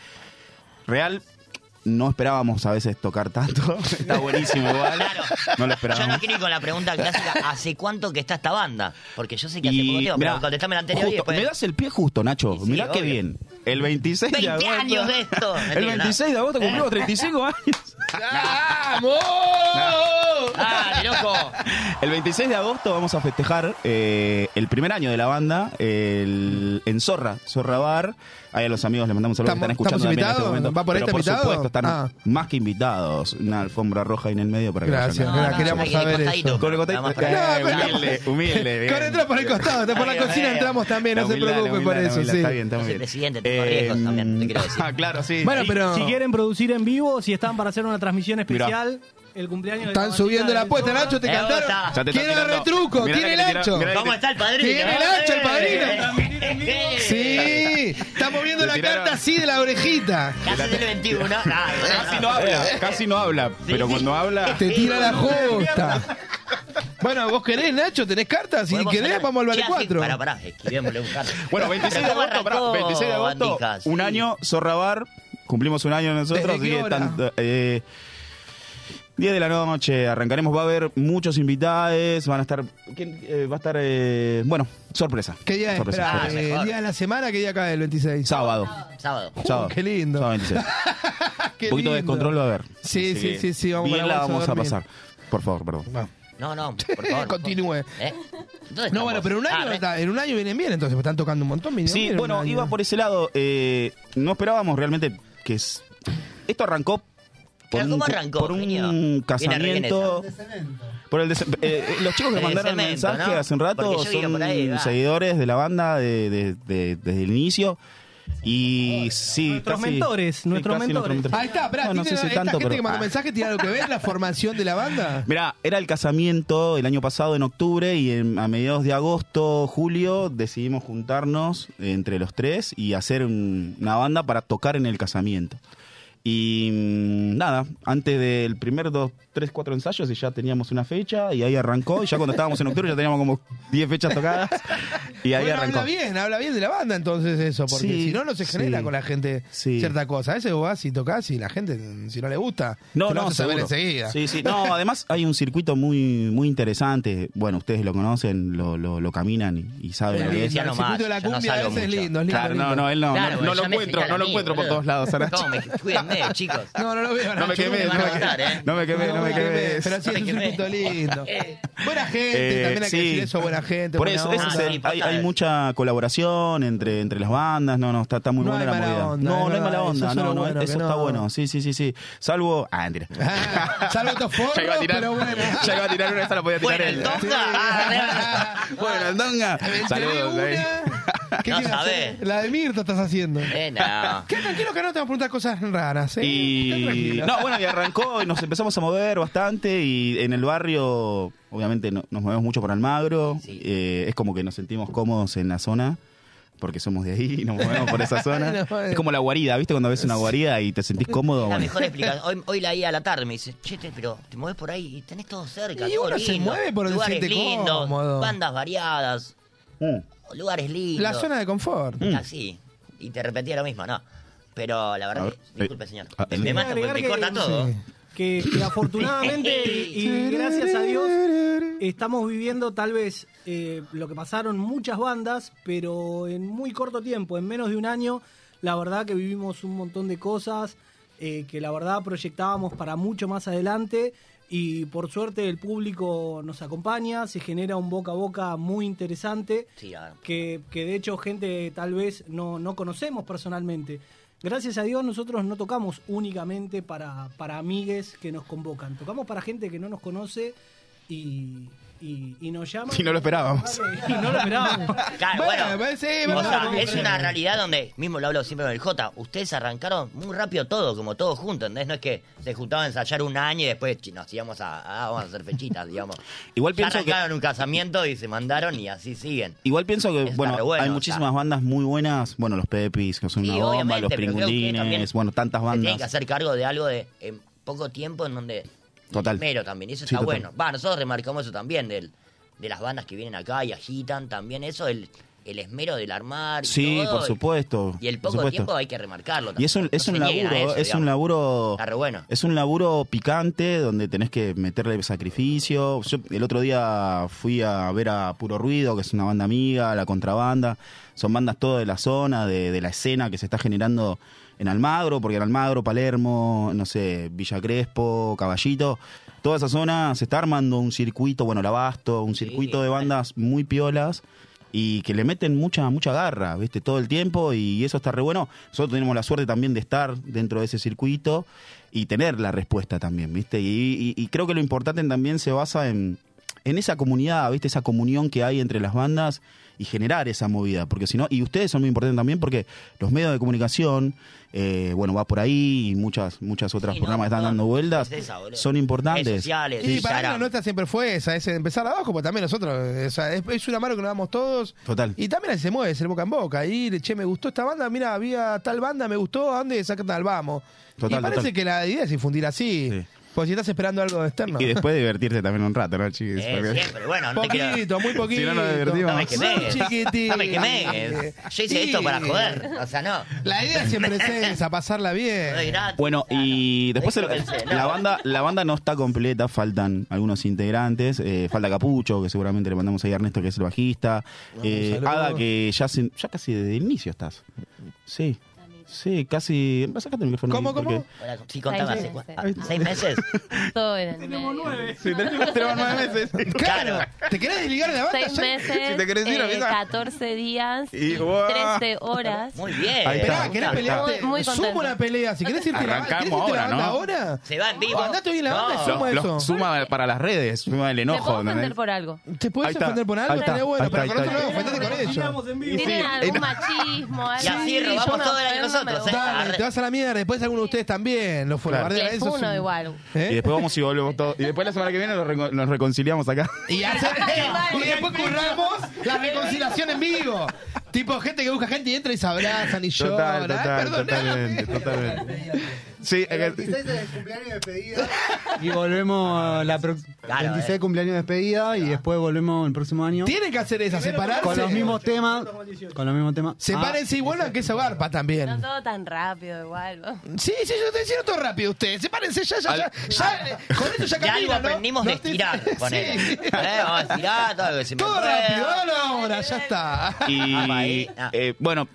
Speaker 5: Real, no esperábamos a veces tocar tanto. Está buenísimo igual.
Speaker 3: Claro.
Speaker 5: No lo
Speaker 3: Yo no
Speaker 5: esperábamos.
Speaker 3: quiero ir con la pregunta clásica, ¿hace cuánto que está esta banda? Porque yo sé que hace
Speaker 5: Y,
Speaker 3: poco tiempo,
Speaker 5: mirá,
Speaker 3: pero contestame la anterior y
Speaker 5: justo,
Speaker 3: después...
Speaker 5: Me das el pie justo, Nacho.
Speaker 3: Y sí,
Speaker 5: mirá qué
Speaker 3: obvio.
Speaker 5: bien. El 26 de
Speaker 3: 20
Speaker 5: agosto.
Speaker 3: años de esto.
Speaker 5: El 26 de agosto cumplimos 35 años.
Speaker 2: ¡Vamos!
Speaker 3: ¡Ah, loco!
Speaker 5: El 26 de agosto vamos a festejar eh, el primer año de la banda el- en Zorra, Zorra Bar. Ahí a los amigos les mandamos saludos que están
Speaker 2: ¿Estamos- estamos
Speaker 5: escuchando también en este
Speaker 2: invitados?
Speaker 5: momento.
Speaker 2: ¿Va por ahí
Speaker 5: Pero
Speaker 2: este
Speaker 5: por
Speaker 2: invitado?
Speaker 5: supuesto, están
Speaker 2: Ah.
Speaker 5: más que invitados. Una alfombra roja ahí en el medio para que
Speaker 2: Gracias,
Speaker 5: vayan a-
Speaker 2: gracias. queríamos
Speaker 3: hay que ir
Speaker 2: saber
Speaker 3: costadito,
Speaker 2: eso.
Speaker 5: Con el costadito.
Speaker 3: vamos para
Speaker 2: No,
Speaker 3: acá.
Speaker 5: Eh,
Speaker 2: pero
Speaker 5: humilde, humilde. bien.
Speaker 2: Con entrada por el costado, está por la
Speaker 3: Está bien,
Speaker 2: cocina,
Speaker 3: bien.
Speaker 2: entramos también,
Speaker 5: La
Speaker 2: no se
Speaker 5: humildad, la
Speaker 2: preocupen por
Speaker 5: humildad, la
Speaker 2: eso.
Speaker 5: humildad,
Speaker 2: sí.
Speaker 5: Está bien, está muy
Speaker 3: Soy
Speaker 5: bien. Eh,
Speaker 3: presidente, tengo riesgos también, te quiero decir.
Speaker 5: Ah, claro, sí.
Speaker 2: Bueno,
Speaker 5: Sí.
Speaker 2: pero
Speaker 7: Si quieren producir en vivo, si están para hacer una transmisión especial, el cumpleaños de
Speaker 2: están
Speaker 7: la
Speaker 2: subiendo la
Speaker 7: bandita
Speaker 2: apuesta,
Speaker 7: del
Speaker 2: Nacho, te
Speaker 3: Eh,
Speaker 2: cantaron.
Speaker 3: vos
Speaker 5: Ya te está
Speaker 2: Quiero el
Speaker 5: tirando.
Speaker 2: retruco,
Speaker 5: Mirá
Speaker 2: tiene el
Speaker 5: que te tiró,
Speaker 2: ancho.
Speaker 5: mirá que
Speaker 3: ¿Cómo está el padrino?
Speaker 2: Tiene el ancho, el padrino.
Speaker 3: Eh.
Speaker 2: Sí, está moviendo
Speaker 5: Le
Speaker 2: la
Speaker 5: tiraron.
Speaker 2: carta así de la orejita.
Speaker 3: Casi del 21. Ah,
Speaker 5: Casi no habla, casi no habla. Pero
Speaker 3: sí.
Speaker 5: cuando habla.
Speaker 2: Te tira la josta. Bueno, vos querés, Nacho, tenés cartas. Si
Speaker 3: Podemos
Speaker 2: querés,
Speaker 3: hablar-
Speaker 2: vamos al
Speaker 3: Che,
Speaker 2: vale
Speaker 3: así,
Speaker 2: 4.
Speaker 3: Pará, pará, esquivémosle un carro.
Speaker 5: Bueno, 26 de
Speaker 3: Pero ¿cómo
Speaker 5: agosto, pará,
Speaker 3: arrancó
Speaker 5: 26 de agosto,
Speaker 3: Bandijas?
Speaker 5: un
Speaker 3: Sí.
Speaker 5: año, Zorra Bar, cumplimos un año nosotros,
Speaker 2: ¿Desde qué
Speaker 5: y
Speaker 2: hora?
Speaker 5: están, eh, 10 de la noche, arrancaremos, va a haber muchos invitados, van a estar, ¿quién, eh, va a estar, eh, bueno, sorpresa.
Speaker 2: ¿Qué día es?
Speaker 5: Sorpresa,
Speaker 2: Esperá,
Speaker 5: sorpresa.
Speaker 2: eh,
Speaker 3: mejor.
Speaker 2: día de la semana, ¿qué día cae el 26?
Speaker 5: Sábado,
Speaker 3: Sábado.
Speaker 5: sábado.
Speaker 2: Uh, qué lindo.
Speaker 5: Sábado 26.
Speaker 2: Ah, Qué
Speaker 5: Un poquito de
Speaker 2: lindo.
Speaker 5: descontrol va a haber.
Speaker 2: Sí,
Speaker 5: Así
Speaker 2: sí,
Speaker 5: que
Speaker 2: sí, sí, vamos
Speaker 5: bien
Speaker 2: con la
Speaker 5: la
Speaker 2: bolsa a
Speaker 5: vamos a
Speaker 2: dormir.
Speaker 5: pasar. Por favor, perdón.
Speaker 3: No, no, por favor.
Speaker 2: Continúe.
Speaker 3: ¿Eh? ¿Dónde
Speaker 2: No,
Speaker 3: estamos?
Speaker 2: bueno, pero en un
Speaker 3: Ah,
Speaker 2: año,
Speaker 3: re-
Speaker 2: está- en un año vienen bien, entonces, porque están tocando un montón. vienen
Speaker 5: Sí,
Speaker 2: bien en
Speaker 5: bueno,
Speaker 2: un año.
Speaker 5: iba por ese lado. eh, no esperábamos realmente que es... esto arrancó por
Speaker 3: ¿Pero
Speaker 5: un,
Speaker 3: cómo arrancó,
Speaker 5: por un
Speaker 3: genio? Viene
Speaker 5: casamiento. Por el dese- eh, eh, los chicos que
Speaker 3: El
Speaker 5: mandaron el
Speaker 3: cemento,
Speaker 5: mensaje
Speaker 3: ¿no?
Speaker 5: hace un rato
Speaker 3: Porque yo iba
Speaker 5: son
Speaker 3: por ahí, va.
Speaker 5: seguidores de la banda de- de- de- desde el inicio. Y sí,
Speaker 7: Nuestros
Speaker 5: casi-
Speaker 7: mentores,
Speaker 5: sí,
Speaker 7: nuestros
Speaker 5: casi nuestros
Speaker 7: mentores.
Speaker 2: Ahí está, esperá,
Speaker 5: No, no sé
Speaker 2: ¿tiene-
Speaker 5: si
Speaker 2: esta
Speaker 5: tanto,
Speaker 2: gente que
Speaker 5: pero. ah.
Speaker 2: manda mensajes tiene algo que ver la formación de la banda.
Speaker 5: Mirá, era el casamiento el año pasado en octubre y en- a mediados de agosto, julio, decidimos juntarnos entre los tres y hacer un- una banda para tocar en el casamiento. Y mm, nada, antes del primer dos, tres, cuatro ensayos y ya teníamos una fecha y ahí arrancó. Y ya cuando estábamos en octubre ya teníamos como 10 fechas tocadas y ahí
Speaker 2: Bueno,
Speaker 5: arrancó.
Speaker 2: habla bien, habla bien de la banda entonces eso, porque
Speaker 5: Sí,
Speaker 2: si no, no se genera
Speaker 5: sí,
Speaker 2: con la gente
Speaker 5: sí.
Speaker 2: cierta cosa. A veces vos vas y tocas y la gente, mm, si no le gusta,
Speaker 5: No,
Speaker 2: te lo
Speaker 5: no,
Speaker 2: vas a saber
Speaker 5: seguro.
Speaker 2: enseguida.
Speaker 5: Sí, sí. No, además hay un circuito muy, muy interesante. Bueno, ustedes lo conocen, lo, lo, lo caminan y, y saben lo
Speaker 2: El,
Speaker 5: que es.
Speaker 3: ya no más,
Speaker 2: circuito de la
Speaker 3: ya no
Speaker 2: cumbia a
Speaker 3: salgo
Speaker 2: veces es
Speaker 3: mucho.
Speaker 2: lindo, es lindo.
Speaker 5: Claro,
Speaker 2: lindo.
Speaker 5: no, no, él no,
Speaker 3: Claro,
Speaker 5: no, no
Speaker 3: ya
Speaker 5: lo
Speaker 3: me
Speaker 5: encuentro,
Speaker 3: señala
Speaker 5: no lo
Speaker 3: a mí,
Speaker 5: encuentro por
Speaker 3: boludo.
Speaker 5: todos lados, Saracho.
Speaker 3: No, me, cuídenme, veo, chicos.
Speaker 2: No, no lo veo.
Speaker 5: No me
Speaker 2: Nacho,
Speaker 5: quemé,
Speaker 3: me
Speaker 5: no
Speaker 3: van a
Speaker 5: me
Speaker 3: matar, ¿eh?
Speaker 5: quemé. No me quemé, no me
Speaker 2: eh,
Speaker 5: quemé.
Speaker 2: Pero sí,
Speaker 3: No me
Speaker 2: es un
Speaker 3: quemé.
Speaker 2: circuito lindo. Buena gente,
Speaker 5: Eh,
Speaker 2: también hay que
Speaker 5: sí.
Speaker 2: decir eso, buena gente.
Speaker 5: Por
Speaker 2: buena
Speaker 5: eso,
Speaker 2: onda.
Speaker 5: ese es
Speaker 3: Ah,
Speaker 5: el-
Speaker 3: sí,
Speaker 5: hay,
Speaker 3: total.
Speaker 5: hay mucha colaboración entre, entre las bandas, no, no, está, está muy
Speaker 2: No
Speaker 5: buena
Speaker 2: hay
Speaker 5: la
Speaker 2: mala
Speaker 5: movida.
Speaker 2: onda, es
Speaker 5: no, no hay
Speaker 2: verdad,
Speaker 5: mala
Speaker 2: eso
Speaker 5: onda,
Speaker 2: es lo
Speaker 5: no, no,
Speaker 2: bueno,
Speaker 5: eso
Speaker 2: que
Speaker 5: está
Speaker 2: no.
Speaker 5: bueno, sí, sí, sí, sí. Salvo. Ah, mentira.
Speaker 2: Ah, salvo estos
Speaker 5: ya iba
Speaker 2: forros,
Speaker 5: a tirar,
Speaker 2: pero bueno.
Speaker 5: ya iba a tirar una, esta la podía tirar
Speaker 3: Bueno, el
Speaker 5: él.
Speaker 3: Tonga. Ah,
Speaker 5: Bueno, el Donga.
Speaker 2: Te
Speaker 5: Saludos. eh. ahí.
Speaker 2: una. ¿Qué
Speaker 3: No
Speaker 2: quieres hacer?
Speaker 3: sabés.
Speaker 2: La de Mirta estás haciendo.
Speaker 3: Eh, no.
Speaker 2: Qué tranquilo que no te van a preguntar cosas raras, ¿eh? Qué
Speaker 5: Y
Speaker 2: tranquilo.
Speaker 5: no, bueno, y arrancó y nos empezamos a mover bastante y en el barrio, obviamente no- nos movemos mucho por Almagro,
Speaker 3: Sí.
Speaker 5: eh, es como que nos sentimos cómodos en la zona. Porque somos de ahí y nos movemos por esa
Speaker 2: No,
Speaker 5: zona.
Speaker 2: bueno.
Speaker 5: es como la guarida, ¿viste? Cuando ves una guarida y te sentís cómodo.
Speaker 3: La
Speaker 5: bueno.
Speaker 3: mejor explicación. Hoy, hoy la I a la tarde me dice, che, te- pero te mueves por ahí y tenés todo cerca.
Speaker 2: Y
Speaker 3: todo
Speaker 2: uno se
Speaker 3: lindo,
Speaker 2: mueve por donde
Speaker 3: lugares
Speaker 2: siente
Speaker 3: lindos,
Speaker 2: cómodo.
Speaker 3: bandas variadas,
Speaker 5: Mm.
Speaker 3: lugares lindos. Mm.
Speaker 2: La zona Mm. de confort.
Speaker 3: Así. Y te repetía lo mismo, ¿no. Pero la
Speaker 5: A
Speaker 3: verdad
Speaker 5: ver,
Speaker 3: que. Disculpe,
Speaker 5: eh,
Speaker 3: señor.
Speaker 5: ah,
Speaker 3: Me,
Speaker 5: el-
Speaker 3: me mata porque me corta todo.
Speaker 7: que, que afortunadamente y, y gracias a Dios estamos viviendo tal vez eh, lo que pasaron muchas bandas, pero en muy corto tiempo, en menos de un año, la verdad que vivimos un montón de cosas eh, que la verdad proyectábamos para mucho más adelante y por suerte el público nos acompaña, se genera un boca a boca muy interesante
Speaker 3: Sí, a ver.
Speaker 7: que, que de hecho gente tal vez no, no conocemos personalmente. Gracias a Dios nosotros no tocamos únicamente para, para amigues que nos convocan, tocamos para gente que no nos conoce y, y, y nos llama.
Speaker 5: uh, Y no lo esperábamos.
Speaker 7: Y no lo esperábamos.
Speaker 3: Claro,
Speaker 2: Bueno,
Speaker 3: bueno.
Speaker 2: pues sí,
Speaker 3: o
Speaker 2: vamos a
Speaker 3: sea,
Speaker 2: comprar.
Speaker 3: es una realidad donde, mismo lo hablo siempre con el J, ustedes arrancaron muy rápido todo, como todos juntos, ¿entendés? No es que se juntaban a ensayar un año y después chi, nos íbamos a, ah, vamos a hacer fechitas, digamos.
Speaker 5: Igual
Speaker 3: Ya
Speaker 5: pienso que-
Speaker 3: arrancaron un casamiento y se mandaron y así siguen.
Speaker 5: Igual pienso que,
Speaker 3: Está
Speaker 5: bueno,
Speaker 3: re bueno,
Speaker 5: hay
Speaker 3: o
Speaker 5: muchísimas
Speaker 3: sea.
Speaker 5: bandas muy buenas. Bueno, los Pepis, que son
Speaker 3: Sí,
Speaker 5: una bomba,
Speaker 3: obviamente,
Speaker 5: los
Speaker 3: pero creo que también
Speaker 5: Pringundines, bueno, tantas
Speaker 3: Se tienen que
Speaker 5: bandas.
Speaker 3: hacer cargo de algo de en poco tiempo en donde...
Speaker 5: Total.
Speaker 3: Primero también, y eso
Speaker 5: Sí,
Speaker 3: está
Speaker 5: total.
Speaker 3: bueno. Va, nosotros remarcamos eso también, del, de las bandas que vienen acá y agitan también eso, el, el esmero del armar. y
Speaker 5: Sí,
Speaker 3: todo,
Speaker 5: por supuesto.
Speaker 3: Y el
Speaker 5: por
Speaker 3: poco
Speaker 5: supuesto.
Speaker 3: tiempo hay que remarcarlo.
Speaker 5: Y es un,
Speaker 3: también.
Speaker 5: es
Speaker 3: No
Speaker 5: un
Speaker 3: se nieguen a
Speaker 5: laburo,
Speaker 3: eso,
Speaker 5: es un
Speaker 3: digamos.
Speaker 5: laburo.
Speaker 3: Está re bueno.
Speaker 5: Es un laburo picante donde tenés que meterle sacrificio. Yo el otro día fui a ver a Puro Ruido, que es una banda amiga, La Contrabanda. Son bandas todas de la zona, de, de la escena que se está generando en Almagro, porque en Almagro, Palermo, no sé, Villa Crespo, Caballito, toda esa zona se está armando un circuito, bueno, el Abasto, un
Speaker 3: Sí,
Speaker 5: circuito de
Speaker 3: mal.
Speaker 5: bandas muy piolas y que le meten mucha mucha garra, ¿viste? Todo el tiempo y eso está re bueno. Nosotros tenemos la suerte también de estar dentro de ese circuito y tener la respuesta también, ¿viste? Y, y- y creo que lo importante también se basa en, en esa comunidad, ¿viste? Esa comunión que hay entre las bandas y generar esa movida, porque si no, y ustedes son muy importantes también porque los medios de comunicación, eh, bueno, va por ahí y muchas muchas otras
Speaker 3: Sí, no,
Speaker 5: programas que están
Speaker 3: no,
Speaker 5: dando
Speaker 3: no,
Speaker 5: vueldas,
Speaker 3: es esa, boludo.
Speaker 5: son importantes.
Speaker 3: Redes
Speaker 5: Eh,
Speaker 3: sociales,
Speaker 2: Y para mí la
Speaker 3: Instagram.
Speaker 2: nuestra siempre fue esa, es empezar abajo, porque también nosotros, eh, o sea, es, es una mano que nos damos todos.
Speaker 5: Total.
Speaker 2: Y también ahí se mueve, es el boca en boca. Y, che, me gustó esta banda, mira, había tal banda, me gustó, ande, saca tal, vamos.
Speaker 5: Total,
Speaker 2: y parece
Speaker 5: total.
Speaker 2: que la idea es infundir así,
Speaker 5: Sí.
Speaker 2: porque si estás esperando algo externo.
Speaker 5: Y después divertirte también un rato, ¿no, chicos?
Speaker 3: Eh,
Speaker 5: Porque-
Speaker 3: siempre, bueno, no te quiero-
Speaker 2: Poquito, muy poquito.
Speaker 5: Si no nos divertimos.
Speaker 3: No me quemes.
Speaker 2: Muy chiquitín.
Speaker 3: No me quemes. Yo hice
Speaker 2: Sí.
Speaker 3: esto para joder. O sea, no.
Speaker 2: La idea siempre es esa, pasarla bien.
Speaker 3: Soy gratis,
Speaker 5: Bueno,
Speaker 3: o sea,
Speaker 5: y
Speaker 3: no.
Speaker 5: después
Speaker 3: Eso
Speaker 5: el-
Speaker 3: pensé, no.
Speaker 5: la, banda, la banda no está completa, faltan algunos integrantes, eh, falta Capucho, que seguramente le mandamos ahí a Ernesto, que es el bajista, eh,
Speaker 2: saludo.
Speaker 5: Ada, que ya, se- ya casi desde el inicio estás. Sí, sí, casi... Sacate el micrófono.
Speaker 2: ¿Cómo,
Speaker 5: ahí,
Speaker 2: cómo?
Speaker 5: porque-
Speaker 3: Hola, Sí, contame hace
Speaker 8: Seis
Speaker 3: cua-
Speaker 8: meses.
Speaker 3: ah, seis meses.
Speaker 8: Todo en el medio.
Speaker 5: Sí, tenemos tenemos nueve meses.
Speaker 2: Claro. ¿Te querés desligar de la banda?
Speaker 8: Seis
Speaker 2: Ya-
Speaker 8: meses,
Speaker 5: si te querés ir,
Speaker 8: eh,
Speaker 5: avisa.
Speaker 8: 14 días
Speaker 5: Y-
Speaker 8: y,
Speaker 5: ¡Guau!
Speaker 8: 13 horas.
Speaker 3: Muy bien.
Speaker 5: Ahí
Speaker 2: Esperá,
Speaker 5: está.
Speaker 2: ¿querés pelearte?
Speaker 8: Muy- muy
Speaker 2: Sumo
Speaker 8: contento.
Speaker 2: una pelea. Si querés irte a la, ¿querés irte
Speaker 5: Arrancamos
Speaker 2: a la
Speaker 5: ahora,
Speaker 2: banda
Speaker 5: ¿no?
Speaker 2: ahora.
Speaker 3: Se va en vivo.
Speaker 2: O andate bien la banda y
Speaker 3: No.
Speaker 2: sumo
Speaker 5: Los-
Speaker 2: eso.
Speaker 5: suma para las redes, suma el
Speaker 8: Me puedo
Speaker 5: enojo.
Speaker 8: ofender
Speaker 5: ¿no?
Speaker 8: por algo.
Speaker 2: ¿Te puedes
Speaker 5: Ahí está,
Speaker 2: ofender por
Speaker 5: ahí
Speaker 2: algo?
Speaker 5: está,
Speaker 2: Estaría bueno,
Speaker 5: ahí
Speaker 2: pero
Speaker 5: está,
Speaker 2: con
Speaker 5: ahí
Speaker 2: otro no,
Speaker 5: está.
Speaker 2: ofendete con ellos.
Speaker 7: Cocinamos en vivo.
Speaker 8: ¿Tienen algún machismo?
Speaker 3: Y así
Speaker 8: algo?
Speaker 3: robamos
Speaker 8: Yo me
Speaker 3: todo lo que
Speaker 8: ofendo,
Speaker 3: nosotros,
Speaker 8: me
Speaker 3: ¿eh?
Speaker 8: gusta.
Speaker 2: Dale, te vas a la mierda. Después alguno de ustedes también. Los
Speaker 5: Claro.
Speaker 2: bombardea.
Speaker 8: Que
Speaker 2: Eso es
Speaker 8: funo
Speaker 2: un-
Speaker 8: igual.
Speaker 2: ¿Eh?
Speaker 5: Y después vamos y volvemos todos. Y después la semana que viene nos, reco- nos reconciliamos acá.
Speaker 2: Y, hace- y después curramos la reconciliación en vivo. Tipo gente que busca gente y entra y se abrazan y lloran.
Speaker 5: Total, total,
Speaker 2: Ay, perdoname.
Speaker 5: totalmente, totalmente. Sí, es que-
Speaker 6: de cumpleaños de despedida. Y volvemos a la pro-
Speaker 3: Claro,
Speaker 6: 26
Speaker 3: eh.
Speaker 6: de cumpleaños de despedida y después volvemos el próximo año.
Speaker 2: Tienen que hacer esa, separarse.
Speaker 6: Con los mismos temas. Con los mismos temas. Ah,
Speaker 2: Sepárense y vuelvan que eso garpa
Speaker 8: No
Speaker 2: también.
Speaker 8: todo tan rápido igual. ¿no?
Speaker 2: Sí, sí, yo te diciendo todo rápido ustedes. Sepárense ya, ya, ya.
Speaker 5: Ah.
Speaker 2: ya, eh, con esto ya
Speaker 3: Ya algo
Speaker 2: caminan, ¿no?
Speaker 3: aprendimos de
Speaker 2: No te-
Speaker 3: estirar. ponele.
Speaker 2: Sí.
Speaker 3: Eh, Vamos a estirar todo lo que se me
Speaker 2: Todo
Speaker 3: ocurra.
Speaker 2: rápido, ahora, ahora, ya está.
Speaker 5: Y
Speaker 3: Ah, va ahí. Ah.
Speaker 5: eh, bueno,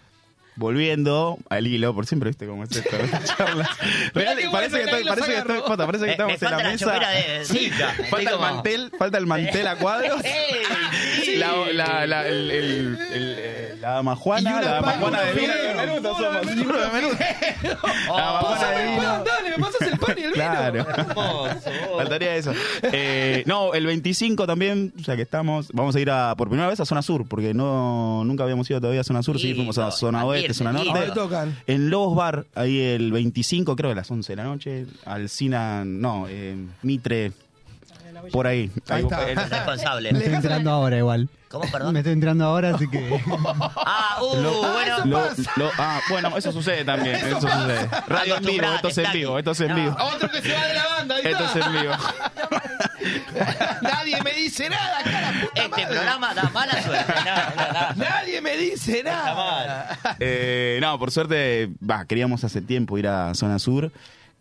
Speaker 5: volviendo al hilo, por siempre viste cómo es esto, las charlas. Real,
Speaker 2: qué bueno
Speaker 5: parece que
Speaker 2: que
Speaker 5: estoy,
Speaker 2: ahí lo
Speaker 5: parece que
Speaker 2: sacaron.
Speaker 5: estoy, posta, parece que
Speaker 3: Me- me
Speaker 5: estamos en la
Speaker 3: Eh, falta la
Speaker 5: mesa.
Speaker 3: chopera de-
Speaker 5: Sí,
Speaker 3: sí, ya, estoy
Speaker 5: falta el
Speaker 3: como-
Speaker 5: mantel, falta el mantel a cuadros.
Speaker 3: ¡Ey!
Speaker 5: La, la, la, el, el, el, eh, la dama
Speaker 2: Y
Speaker 5: Juana,
Speaker 2: una
Speaker 5: la dama
Speaker 2: pan-
Speaker 5: Juana de
Speaker 2: un
Speaker 5: Vino
Speaker 2: fideo,
Speaker 5: de Menudo
Speaker 2: un
Speaker 5: somos.
Speaker 2: fideo.
Speaker 5: uno de Menudo. La dama Juana de
Speaker 2: Oh, Pásame el
Speaker 5: Vino.
Speaker 2: pan, dale, me pasas el pan y el
Speaker 5: Claro.
Speaker 2: vino.
Speaker 5: Faltaría eso. Eh, no, el 25 también, ya que estamos, vamos a ir a, por primera vez a Zona Sur, porque no nunca habíamos ido todavía a Zona Sur, sí,
Speaker 3: Lindo,
Speaker 5: fuimos a Zona Oeste, Zona
Speaker 3: expandirse,
Speaker 5: Norte.
Speaker 2: Ahora
Speaker 3: lindo.
Speaker 2: tocan.
Speaker 5: En Lobos Bar, ahí el 25, creo, a las 11 de la noche, Alcina, no, eh, Mitre, por ahí.
Speaker 2: Ahí está.
Speaker 5: el-
Speaker 3: El responsable.
Speaker 6: Me estoy entrando ahora igual.
Speaker 3: ¿Cómo, perdón?
Speaker 6: Me estoy entrando ahora, así que.
Speaker 3: Ah, uh, bueno.
Speaker 5: lo- lo- ah, bueno, eso sucede también, eso sucede. Radio en vivo,
Speaker 3: Acostumbrate,
Speaker 5: esto es en
Speaker 3: Taki.
Speaker 5: vivo, esto es en
Speaker 3: No.
Speaker 5: vivo.
Speaker 2: Otro que se va de la banda, ahí
Speaker 5: Esto
Speaker 2: está.
Speaker 5: es en vivo.
Speaker 2: Nadie me dice nada, acá la puta
Speaker 3: Este
Speaker 2: madre.
Speaker 3: programa da mala suerte. No, no, no.
Speaker 2: Nadie me dice nada.
Speaker 5: Eh, no, por suerte, bah, queríamos hace tiempo ir a Zona Sur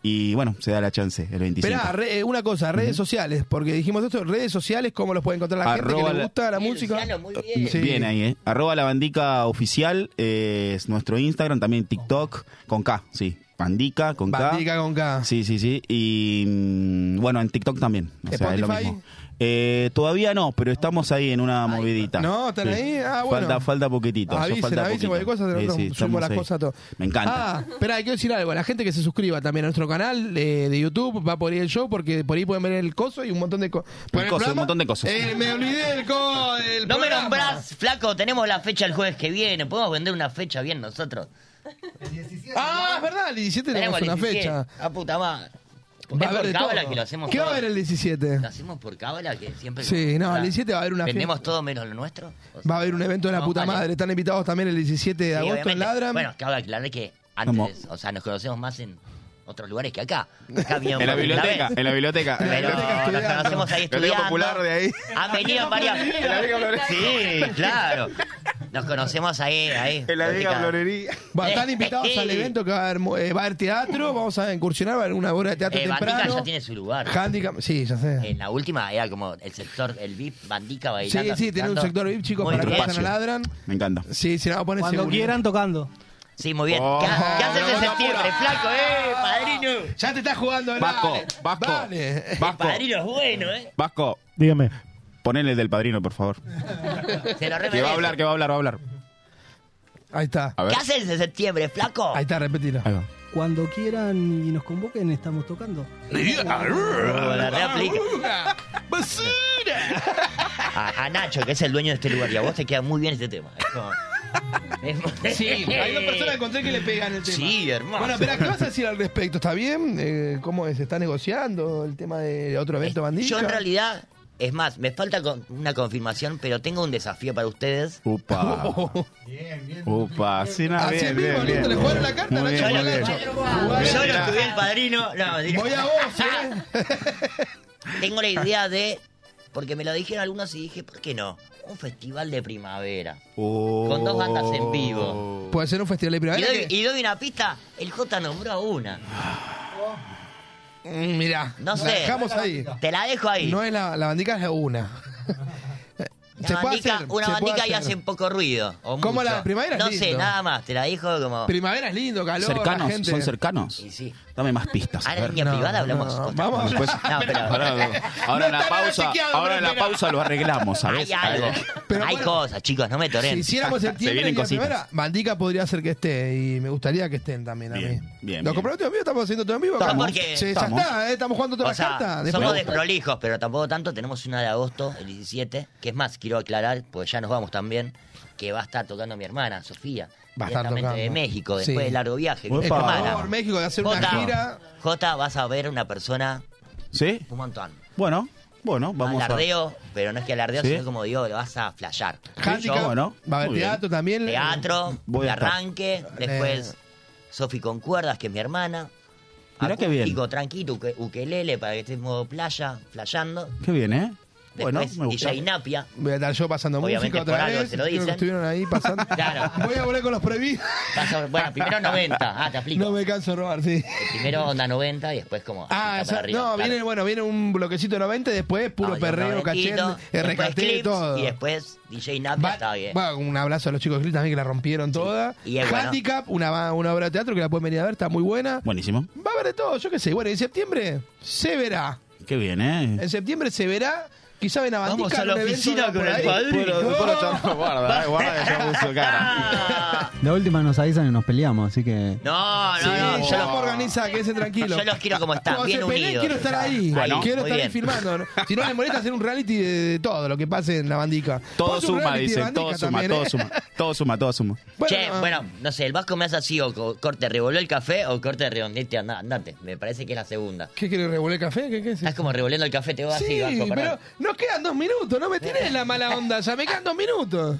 Speaker 5: y bueno, se da la chance el 25.
Speaker 2: Esperá, re- eh, una cosa, redes sociales, porque dijimos esto, redes sociales, ¿cómo los puede encontrar la gente
Speaker 5: Arroba
Speaker 2: que le
Speaker 5: la-
Speaker 2: gusta la
Speaker 3: Bien,
Speaker 2: música?
Speaker 3: Luciano, muy bien.
Speaker 2: Sí.
Speaker 5: Bien ahí, ¿eh? Arroba la bandica oficial eh, es nuestro Instagram, también TikTok, con K, sí. Bandica, con
Speaker 2: Bandica con K.
Speaker 5: K. Sí, sí, sí. Y mm, bueno, en TikTok también. O sea, es lo
Speaker 2: ¿Spotify?
Speaker 5: mismo. Eh, todavía no, pero estamos ahí en una movidita.
Speaker 2: No, ¿están ahí? Ah, bueno.
Speaker 5: Falta, falta poquitito. ya
Speaker 2: Avisen,
Speaker 5: falta
Speaker 2: avisen cualquier
Speaker 5: poquito.
Speaker 2: cosa, te
Speaker 5: Sí,
Speaker 2: lo
Speaker 5: sí,
Speaker 2: sumo
Speaker 5: estamos
Speaker 2: las
Speaker 5: ahí.
Speaker 2: cosas todo.
Speaker 5: Me encanta.
Speaker 2: Ah, espera, quiero decir algo. La gente que se suscriba también a nuestro canal eh, de YouTube va por ahí el show porque por ahí pueden ver el coso y un montón de cosas.
Speaker 5: coso, un montón de cosas.
Speaker 2: Eh, me olvidé el co del
Speaker 3: No me
Speaker 2: programa.
Speaker 3: nombrás, flaco. Tenemos la fecha el jueves que viene. Podemos vender una fecha bien nosotros.
Speaker 2: Ah, es verdad, el 17 tenemos,
Speaker 3: Tenemos el
Speaker 2: una
Speaker 3: 17.
Speaker 2: fecha.
Speaker 3: A puta madre.
Speaker 2: Va a
Speaker 3: Es
Speaker 2: haber
Speaker 3: por
Speaker 2: de
Speaker 3: cábala
Speaker 2: todo.
Speaker 3: que lo hacemos
Speaker 2: ¿Qué va a
Speaker 3: todo.
Speaker 2: haber el 17?
Speaker 3: Lo hacemos por cábala que siempre.
Speaker 2: Sí, no, el 17 va a haber una
Speaker 3: ¿Vendemos
Speaker 2: fiesta.
Speaker 3: todo menos lo nuestro? O sea,
Speaker 2: Va a haber un evento de la
Speaker 3: No,
Speaker 2: puta
Speaker 3: vale.
Speaker 2: madre. Están invitados también el 17 de
Speaker 3: sí,
Speaker 2: agosto en
Speaker 3: obviamente.
Speaker 2: Ladran.
Speaker 3: Bueno, cabe aclarar que antes, o sea, nos conocemos más en otros lugares que acá. Acá vinieron
Speaker 5: En la
Speaker 3: por primera
Speaker 5: biblioteca,
Speaker 3: vez.
Speaker 5: en la biblioteca. En la
Speaker 3: Pero
Speaker 5: biblioteca.
Speaker 3: nos conocemos ahí
Speaker 5: Lo tengo
Speaker 3: estudiando.
Speaker 5: popular de ahí.
Speaker 3: Han venido varias.
Speaker 5: la Vega Florería.
Speaker 3: Sí, claro. Nos conocemos ahí, ahí.
Speaker 5: En la vieja
Speaker 3: Biblioteca.
Speaker 5: florería.
Speaker 2: Va,
Speaker 3: eh,
Speaker 2: están invitados al evento que va a haber, mu- eh, va a haber teatro. Vamos a incursionar, va a haber una obra de teatro
Speaker 3: Eh, Bandica
Speaker 2: temprano.
Speaker 3: ya tiene Eh, su lugar.
Speaker 2: Handicap, sí, ya sé.
Speaker 3: En la última era como el sector, el VIP, Bandica
Speaker 2: Sí,
Speaker 3: bailando.
Speaker 2: sí, tiene un
Speaker 3: picando.
Speaker 2: sector VIP, chicos,
Speaker 3: eh, Muy
Speaker 2: para que
Speaker 3: bien.
Speaker 2: vayan a ladran.
Speaker 5: Me encanta.
Speaker 2: Sí, si no, ponen
Speaker 7: Cuando
Speaker 2: seguridad.
Speaker 7: quieran tocando.
Speaker 3: Sí, muy bien.
Speaker 5: Oh,
Speaker 3: ¿Qué, qué haces
Speaker 2: no,
Speaker 3: en
Speaker 2: no,
Speaker 3: septiembre,
Speaker 2: apura.
Speaker 3: flaco, eh, padrino?
Speaker 2: Ya te estás jugando, dale.
Speaker 5: Vasco, Vasco,
Speaker 2: Dale.
Speaker 5: Vasco,
Speaker 3: Padrino es bueno, eh.
Speaker 5: Vasco,
Speaker 6: Dígame.
Speaker 5: ponele el del padrino, por favor.
Speaker 3: Se lo
Speaker 5: Que va a hablar,
Speaker 3: remerece.
Speaker 5: que va a hablar, va a hablar.
Speaker 2: Ahí está.
Speaker 5: A ver.
Speaker 3: ¿Qué haces en septiembre, flaco?
Speaker 2: Ahí está, repetilo.
Speaker 5: Ahí va.
Speaker 7: Cuando quieran y nos convoquen, estamos tocando.
Speaker 3: Oh, la reaplica.
Speaker 2: ¡Basura!
Speaker 3: A, a Nacho, que es el dueño de este lugar, y a vos te queda muy bien este tema. Es como- es-
Speaker 2: Sí, hay una persona que encontré que le pegan el tema.
Speaker 3: Sí, hermano.
Speaker 2: Bueno, pero ¿qué vas a decir al respecto? ¿Está bien? Eh, ¿Cómo se está negociando el tema de otro evento bandito?
Speaker 3: Eh, Yo en realidad, es más, me falta con- una confirmación, pero tengo un desafío para ustedes.
Speaker 5: Upa. Upa. Sí, nada,
Speaker 2: Así
Speaker 5: bien,
Speaker 2: mismo,
Speaker 5: bien,
Speaker 2: listo,
Speaker 5: bien.
Speaker 2: le jugaron la carta,
Speaker 5: Muy bien,
Speaker 2: Nacho,
Speaker 5: muy
Speaker 3: Yo lo,
Speaker 2: bien.
Speaker 3: yo lo estudié el padrino. No, mentira.
Speaker 2: Voy a vos,
Speaker 3: Ah.
Speaker 2: ¿eh?
Speaker 3: Tengo la idea de, porque me lo dijeron algunos y dije, ¿por qué no? Un festival de primavera.
Speaker 5: Oh.
Speaker 3: Con dos bandas en vivo.
Speaker 2: Puede ser un festival de
Speaker 3: Y
Speaker 2: primavera.
Speaker 3: doy,
Speaker 2: Oh. que-
Speaker 3: y doy una pista, el J nombró a una.
Speaker 2: Mm, Mirá,
Speaker 3: No sé.
Speaker 2: la dejamos ahí.
Speaker 3: Te la dejo ahí.
Speaker 2: No es la, la bandica, es la una.
Speaker 3: Una bandica,
Speaker 2: se
Speaker 3: una
Speaker 2: puede
Speaker 3: bandica y
Speaker 2: hacer.
Speaker 3: hacen poco ruido. o
Speaker 2: Como
Speaker 3: mucho.
Speaker 2: la de primavera es
Speaker 3: No sé,
Speaker 2: lindo.
Speaker 3: nada más. Te la dijo como.
Speaker 2: Primavera es lindo, calor, la
Speaker 5: Cercanos,
Speaker 2: gente.
Speaker 5: son cercanos.
Speaker 3: Y sí.
Speaker 5: Dame más pistas. a
Speaker 3: Ahora en
Speaker 5: ver.
Speaker 3: línea privada hablamos.
Speaker 2: no,
Speaker 3: otra
Speaker 2: vamos a
Speaker 3: cosa.
Speaker 5: hablar.
Speaker 3: No, pero.
Speaker 5: Ahora, ahora en la pausa, ahora en la pausa lo arreglamos, ¿sabes?
Speaker 3: Hay algo.
Speaker 2: Pero
Speaker 3: hay
Speaker 2: bueno,
Speaker 3: cosas, chicos, no me
Speaker 2: Si
Speaker 3: toren.
Speaker 2: hiciéramos
Speaker 5: Se
Speaker 2: septiembre
Speaker 5: vienen
Speaker 2: y la
Speaker 5: cositas.
Speaker 2: primavera, bandica podría ser que esté y me gustaría que estén también a mí.
Speaker 5: Bien, bien,
Speaker 2: Los
Speaker 5: bien.
Speaker 2: comprometimos en vivo estamos haciendo todo en vivo. acá.
Speaker 3: Estamos, porque-
Speaker 2: Sí, ya
Speaker 5: estamos.
Speaker 2: está, eh, estamos jugando
Speaker 3: O
Speaker 2: todas las
Speaker 3: sea,
Speaker 2: cartas. Después-
Speaker 3: somos desprolijos, pero tampoco tanto. Tenemos una de agosto, el 17, que es más, quiero aclarar, porque ya nos vamos también, que va a estar tocando mi hermana, Sofía,
Speaker 2: Va a estar
Speaker 3: directamente de
Speaker 2: tocando.
Speaker 3: México, después
Speaker 2: Sí.
Speaker 3: del largo viaje.
Speaker 5: Opa.
Speaker 3: Mi
Speaker 2: Ecuador,
Speaker 3: hermana.
Speaker 2: México, de hacer una
Speaker 3: Jota,
Speaker 2: gira.
Speaker 3: Jota, vas a ver una persona
Speaker 5: ¿Sí?
Speaker 3: un montón.
Speaker 5: Bueno, bueno, vamos a...
Speaker 3: alardeo, pero no es que alardeo,
Speaker 5: Sí.
Speaker 3: sino como digo, lo vas a flashear.
Speaker 2: Handicap,
Speaker 5: yo, bueno,
Speaker 2: va a haber
Speaker 5: muy bien.
Speaker 2: teatro también.
Speaker 3: Teatro,
Speaker 5: Voy a estar.
Speaker 3: arranque,
Speaker 2: Eh.
Speaker 3: después Sofi con cuerdas, que es mi hermana.
Speaker 5: Mirá qué bien.
Speaker 3: Acústico, tranquilo, uke- ukelele para que estés en modo playa, flayando.
Speaker 5: Qué bien, ¿eh? Bueno,
Speaker 3: Después
Speaker 5: me gusta.
Speaker 3: DJ Napia.
Speaker 2: Voy a estar yo pasando
Speaker 3: Obviamente
Speaker 2: música otra
Speaker 3: por algo
Speaker 2: vez.
Speaker 3: se lo
Speaker 2: creo que
Speaker 3: dicen.
Speaker 2: estuvieron ahí pasando.
Speaker 3: Claro.
Speaker 2: Voy a volver con los prohibidos.
Speaker 3: Pasa- bueno, primero 90. Ah, te aplico.
Speaker 2: No me canso de robar, sí.
Speaker 3: Primero onda 90 y después como.
Speaker 2: Ah,
Speaker 3: hasta para
Speaker 2: esa-
Speaker 3: arriba,
Speaker 2: no,
Speaker 3: claro. Ah,
Speaker 2: viene, bueno, viene un bloquecito de 90 y después puro
Speaker 3: Audio
Speaker 2: perreo, cachete,
Speaker 3: noventito, después
Speaker 2: rescaté
Speaker 3: clips,
Speaker 2: todo.
Speaker 3: Y después DJ Napia
Speaker 2: Va-
Speaker 3: está bien.
Speaker 2: va, un abrazo a los chicos de Clip también que la rompieron toda.
Speaker 3: Y es bueno.
Speaker 2: Handicap, una, va- una obra de teatro que la pueden venir a ver, está muy buena.
Speaker 5: Buenísimo.
Speaker 2: Va a haber de todo, yo qué sé. Bueno, en septiembre se verá.
Speaker 5: Qué bien, ¿eh?
Speaker 2: En septiembre se verá. Quizá ven a Bandica
Speaker 9: Vamos a la
Speaker 2: en un evento
Speaker 9: oficina
Speaker 2: por
Speaker 9: con el
Speaker 2: ahí.
Speaker 9: padrino.
Speaker 2: Puro- puro chorro,
Speaker 5: guarda, guarda que ya puso
Speaker 3: Ah,
Speaker 6: La última nos avisan y nos peleamos, así que.
Speaker 3: No, no,
Speaker 2: Sí,
Speaker 3: no. yo
Speaker 2: ya
Speaker 3: los-
Speaker 2: vamos a organizar, quédense tranquilos.
Speaker 3: Yo los quiero como están,
Speaker 2: Cuando
Speaker 3: bien
Speaker 2: se peleen,
Speaker 3: unidos.
Speaker 2: quiero estar ahí.
Speaker 5: Bueno,
Speaker 2: quiero
Speaker 3: muy
Speaker 2: estar ahí
Speaker 3: bien.
Speaker 2: filmando. ¿no? Si no les molesta hacer un reality de, de todo lo que pase en la bandica.
Speaker 5: Todo
Speaker 2: Vos un
Speaker 5: suma,
Speaker 2: reality de
Speaker 5: dice,
Speaker 2: Bandica
Speaker 5: todo suma,
Speaker 2: también,
Speaker 5: todo
Speaker 2: ¿eh?
Speaker 5: suma, todo suma, todo suma.
Speaker 3: che, bueno, no sé, el Vasco me hace así o co- corte, revoló el café o corte, redondete, anda- andate. Me parece que es la segunda.
Speaker 2: ¿Qué quieres revolver café? ¿Qué, qué es
Speaker 3: Estás como revolviendo el café, te vas así,
Speaker 2: Sí,
Speaker 3: Vasco,
Speaker 2: pero
Speaker 3: perdón.
Speaker 2: nos quedan dos minutos, no me tiré la mala onda, ya me quedan dos minutos.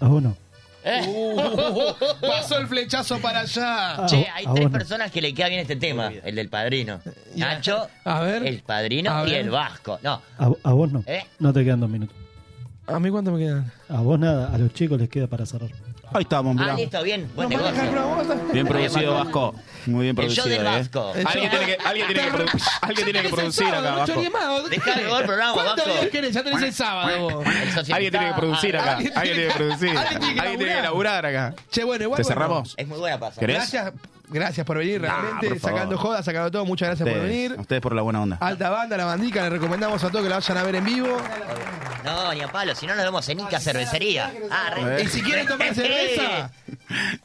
Speaker 6: A uno.
Speaker 3: ¿Eh?
Speaker 2: Uh, pasó el flechazo para allá.
Speaker 3: Che, hay
Speaker 6: Ah,
Speaker 3: tres
Speaker 6: bueno.
Speaker 3: personas que le queda bien este tema. El del padrino. Nacho,
Speaker 2: A ver.
Speaker 3: el padrino
Speaker 2: A
Speaker 3: y
Speaker 2: ver.
Speaker 3: el vasco. No, Ah,
Speaker 10: A, a vos no.
Speaker 3: ¿Eh?
Speaker 10: No te quedan dos minutos.
Speaker 2: ¿A mí cuánto me quedan?
Speaker 10: A vos nada, a los chicos les queda para cerrar.
Speaker 5: Ahí estamos,
Speaker 3: ah,
Speaker 5: mirá.
Speaker 3: listo, bien, buen
Speaker 2: ¿Nos maneja el
Speaker 3: negocio.
Speaker 2: programa?
Speaker 5: Bien producido, Vasco. Muy bien
Speaker 3: El show
Speaker 5: producido,
Speaker 3: del
Speaker 5: ¿eh?
Speaker 3: Vasco. El
Speaker 5: Alguien
Speaker 2: show-
Speaker 5: tiene que, alguien tiene que, produ- alguien tiene que producir acá,
Speaker 2: Vasco.
Speaker 5: Vasco.
Speaker 3: Dejá de jugar programa,
Speaker 2: ¿Cuántos
Speaker 3: Vasco.
Speaker 2: días querés? Ya tenés el sábado vos.
Speaker 3: El socialista-
Speaker 5: Alguien tiene que producir acá.
Speaker 2: Alguien
Speaker 5: Alguien
Speaker 2: tiene
Speaker 5: tiene que producir.
Speaker 2: alguien tiene que
Speaker 5: Alguien tiene que laburar acá.
Speaker 2: Che, bueno, igual.
Speaker 5: ¿Te
Speaker 2: bueno,
Speaker 5: cerramos?
Speaker 3: Es muy buena pasa.
Speaker 5: ¿Querés?
Speaker 2: Gracias, gracias por venir, realmente.
Speaker 5: por favor.
Speaker 2: sacando jodas, sacando todo. Muchas gracias por venir.
Speaker 5: Ustedes, ustedes por la buena onda.
Speaker 2: Alta banda, la bandica, le recomendamos a todos que la vayan a ver en vivo.
Speaker 3: No, ni a palo, si no nos vemos en Inca Cervecería. Ah,
Speaker 5: Eh.
Speaker 3: re-
Speaker 2: Y si quieren
Speaker 3: Eh.
Speaker 2: tomar cerveza,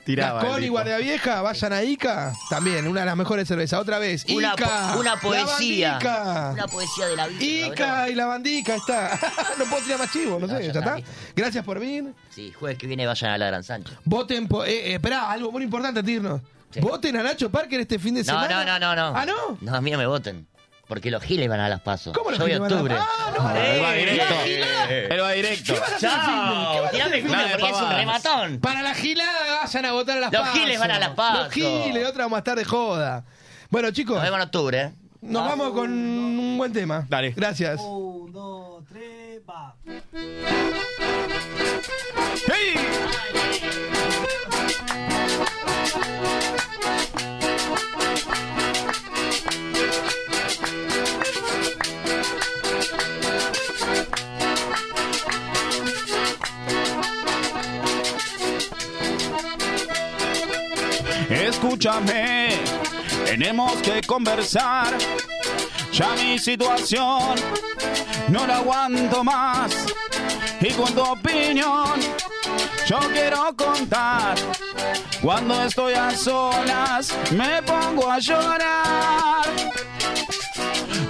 Speaker 5: Tiraba. eh, el
Speaker 2: Gascón y
Speaker 5: tipo.
Speaker 2: Guardia Vieja, vayan a Ica. También, una de las mejores cervezas. Otra vez,
Speaker 3: Una,
Speaker 2: Ica.
Speaker 3: po- una
Speaker 2: la
Speaker 3: poesía.
Speaker 2: bandica.
Speaker 3: Una poesía de la vida.
Speaker 2: Ica
Speaker 3: cabrón.
Speaker 2: y la bandica está. no puedo tirar más chivo, no,
Speaker 3: No,
Speaker 2: sé,
Speaker 3: ya
Speaker 2: ya
Speaker 3: está,
Speaker 2: está.
Speaker 3: listo.
Speaker 2: Gracias por venir.
Speaker 3: Sí, jueves que viene vayan a la Gran Sánchez.
Speaker 2: Voten por. Eh, eh, esperá, algo muy importante, Tirno.
Speaker 3: Sí.
Speaker 2: Voten a Nacho Parker este fin de
Speaker 3: No, no,
Speaker 2: semana.
Speaker 3: no, no, no.
Speaker 2: ¿Ah, no?
Speaker 3: No, a mí no me voten. Porque los giles van a las pasos.
Speaker 2: ¿Cómo los
Speaker 3: Yo voy a
Speaker 2: giles van a
Speaker 3: octubre.
Speaker 2: las- Ah, no,
Speaker 5: Ah, Él va
Speaker 3: Eh,
Speaker 5: directo.
Speaker 3: eh,
Speaker 5: Él va directo.
Speaker 3: Chao. Tirame cumbia
Speaker 5: Dale,
Speaker 3: porque es un
Speaker 5: papá.
Speaker 3: rematón.
Speaker 2: Para la gilada vayan a votar a las
Speaker 3: Los
Speaker 2: PASO.
Speaker 3: giles van a las PASO.
Speaker 2: Los giles, otra más tarde joda. Bueno, chicos,
Speaker 3: Nos vemos en octubre. eh.
Speaker 2: nos vamos con un buen tema.
Speaker 5: Dale.
Speaker 2: Gracias.
Speaker 7: Un, dos, tres, va.
Speaker 5: Escúchame, tenemos que conversar. Ya mi situación no la aguanto más. Y con tu opinión yo quiero contar. Cuando estoy a solas me pongo a llorar.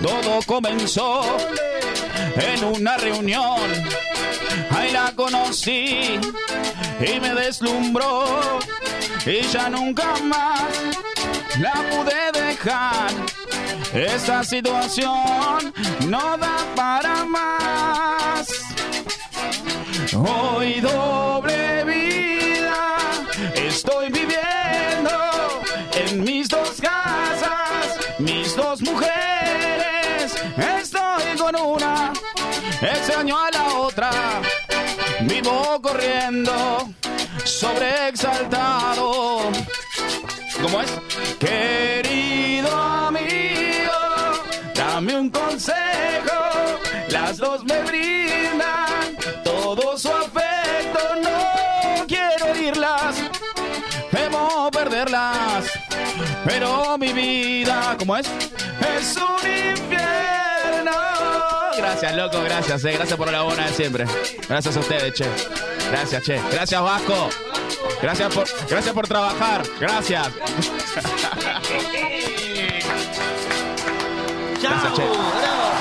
Speaker 5: Todo comenzó en una reunión. Ahí la conocí y me deslumbró y ya nunca más la pude dejar. Esta situación no da para más. Hoy doble vida estoy viviendo en mis dos casas, mis dos mujeres. Estoy con una, extraño a la otra. Vivo corriendo, sobreexaltado. ¿Cómo es? Querido amigo, dame un consejo. Las dos me brindan todo su afecto. No quiero herirlas, temo perderlas. Pero mi vida, ¿cómo es? Es un infierno. Gracias, loco, gracias, eh. gracias por la buena de siempre. Gracias a ustedes, che. Gracias, che. Gracias, Vasco. Gracias por, gracias por trabajar. Gracias. Gracias, che.
Speaker 3: Chao. bravo.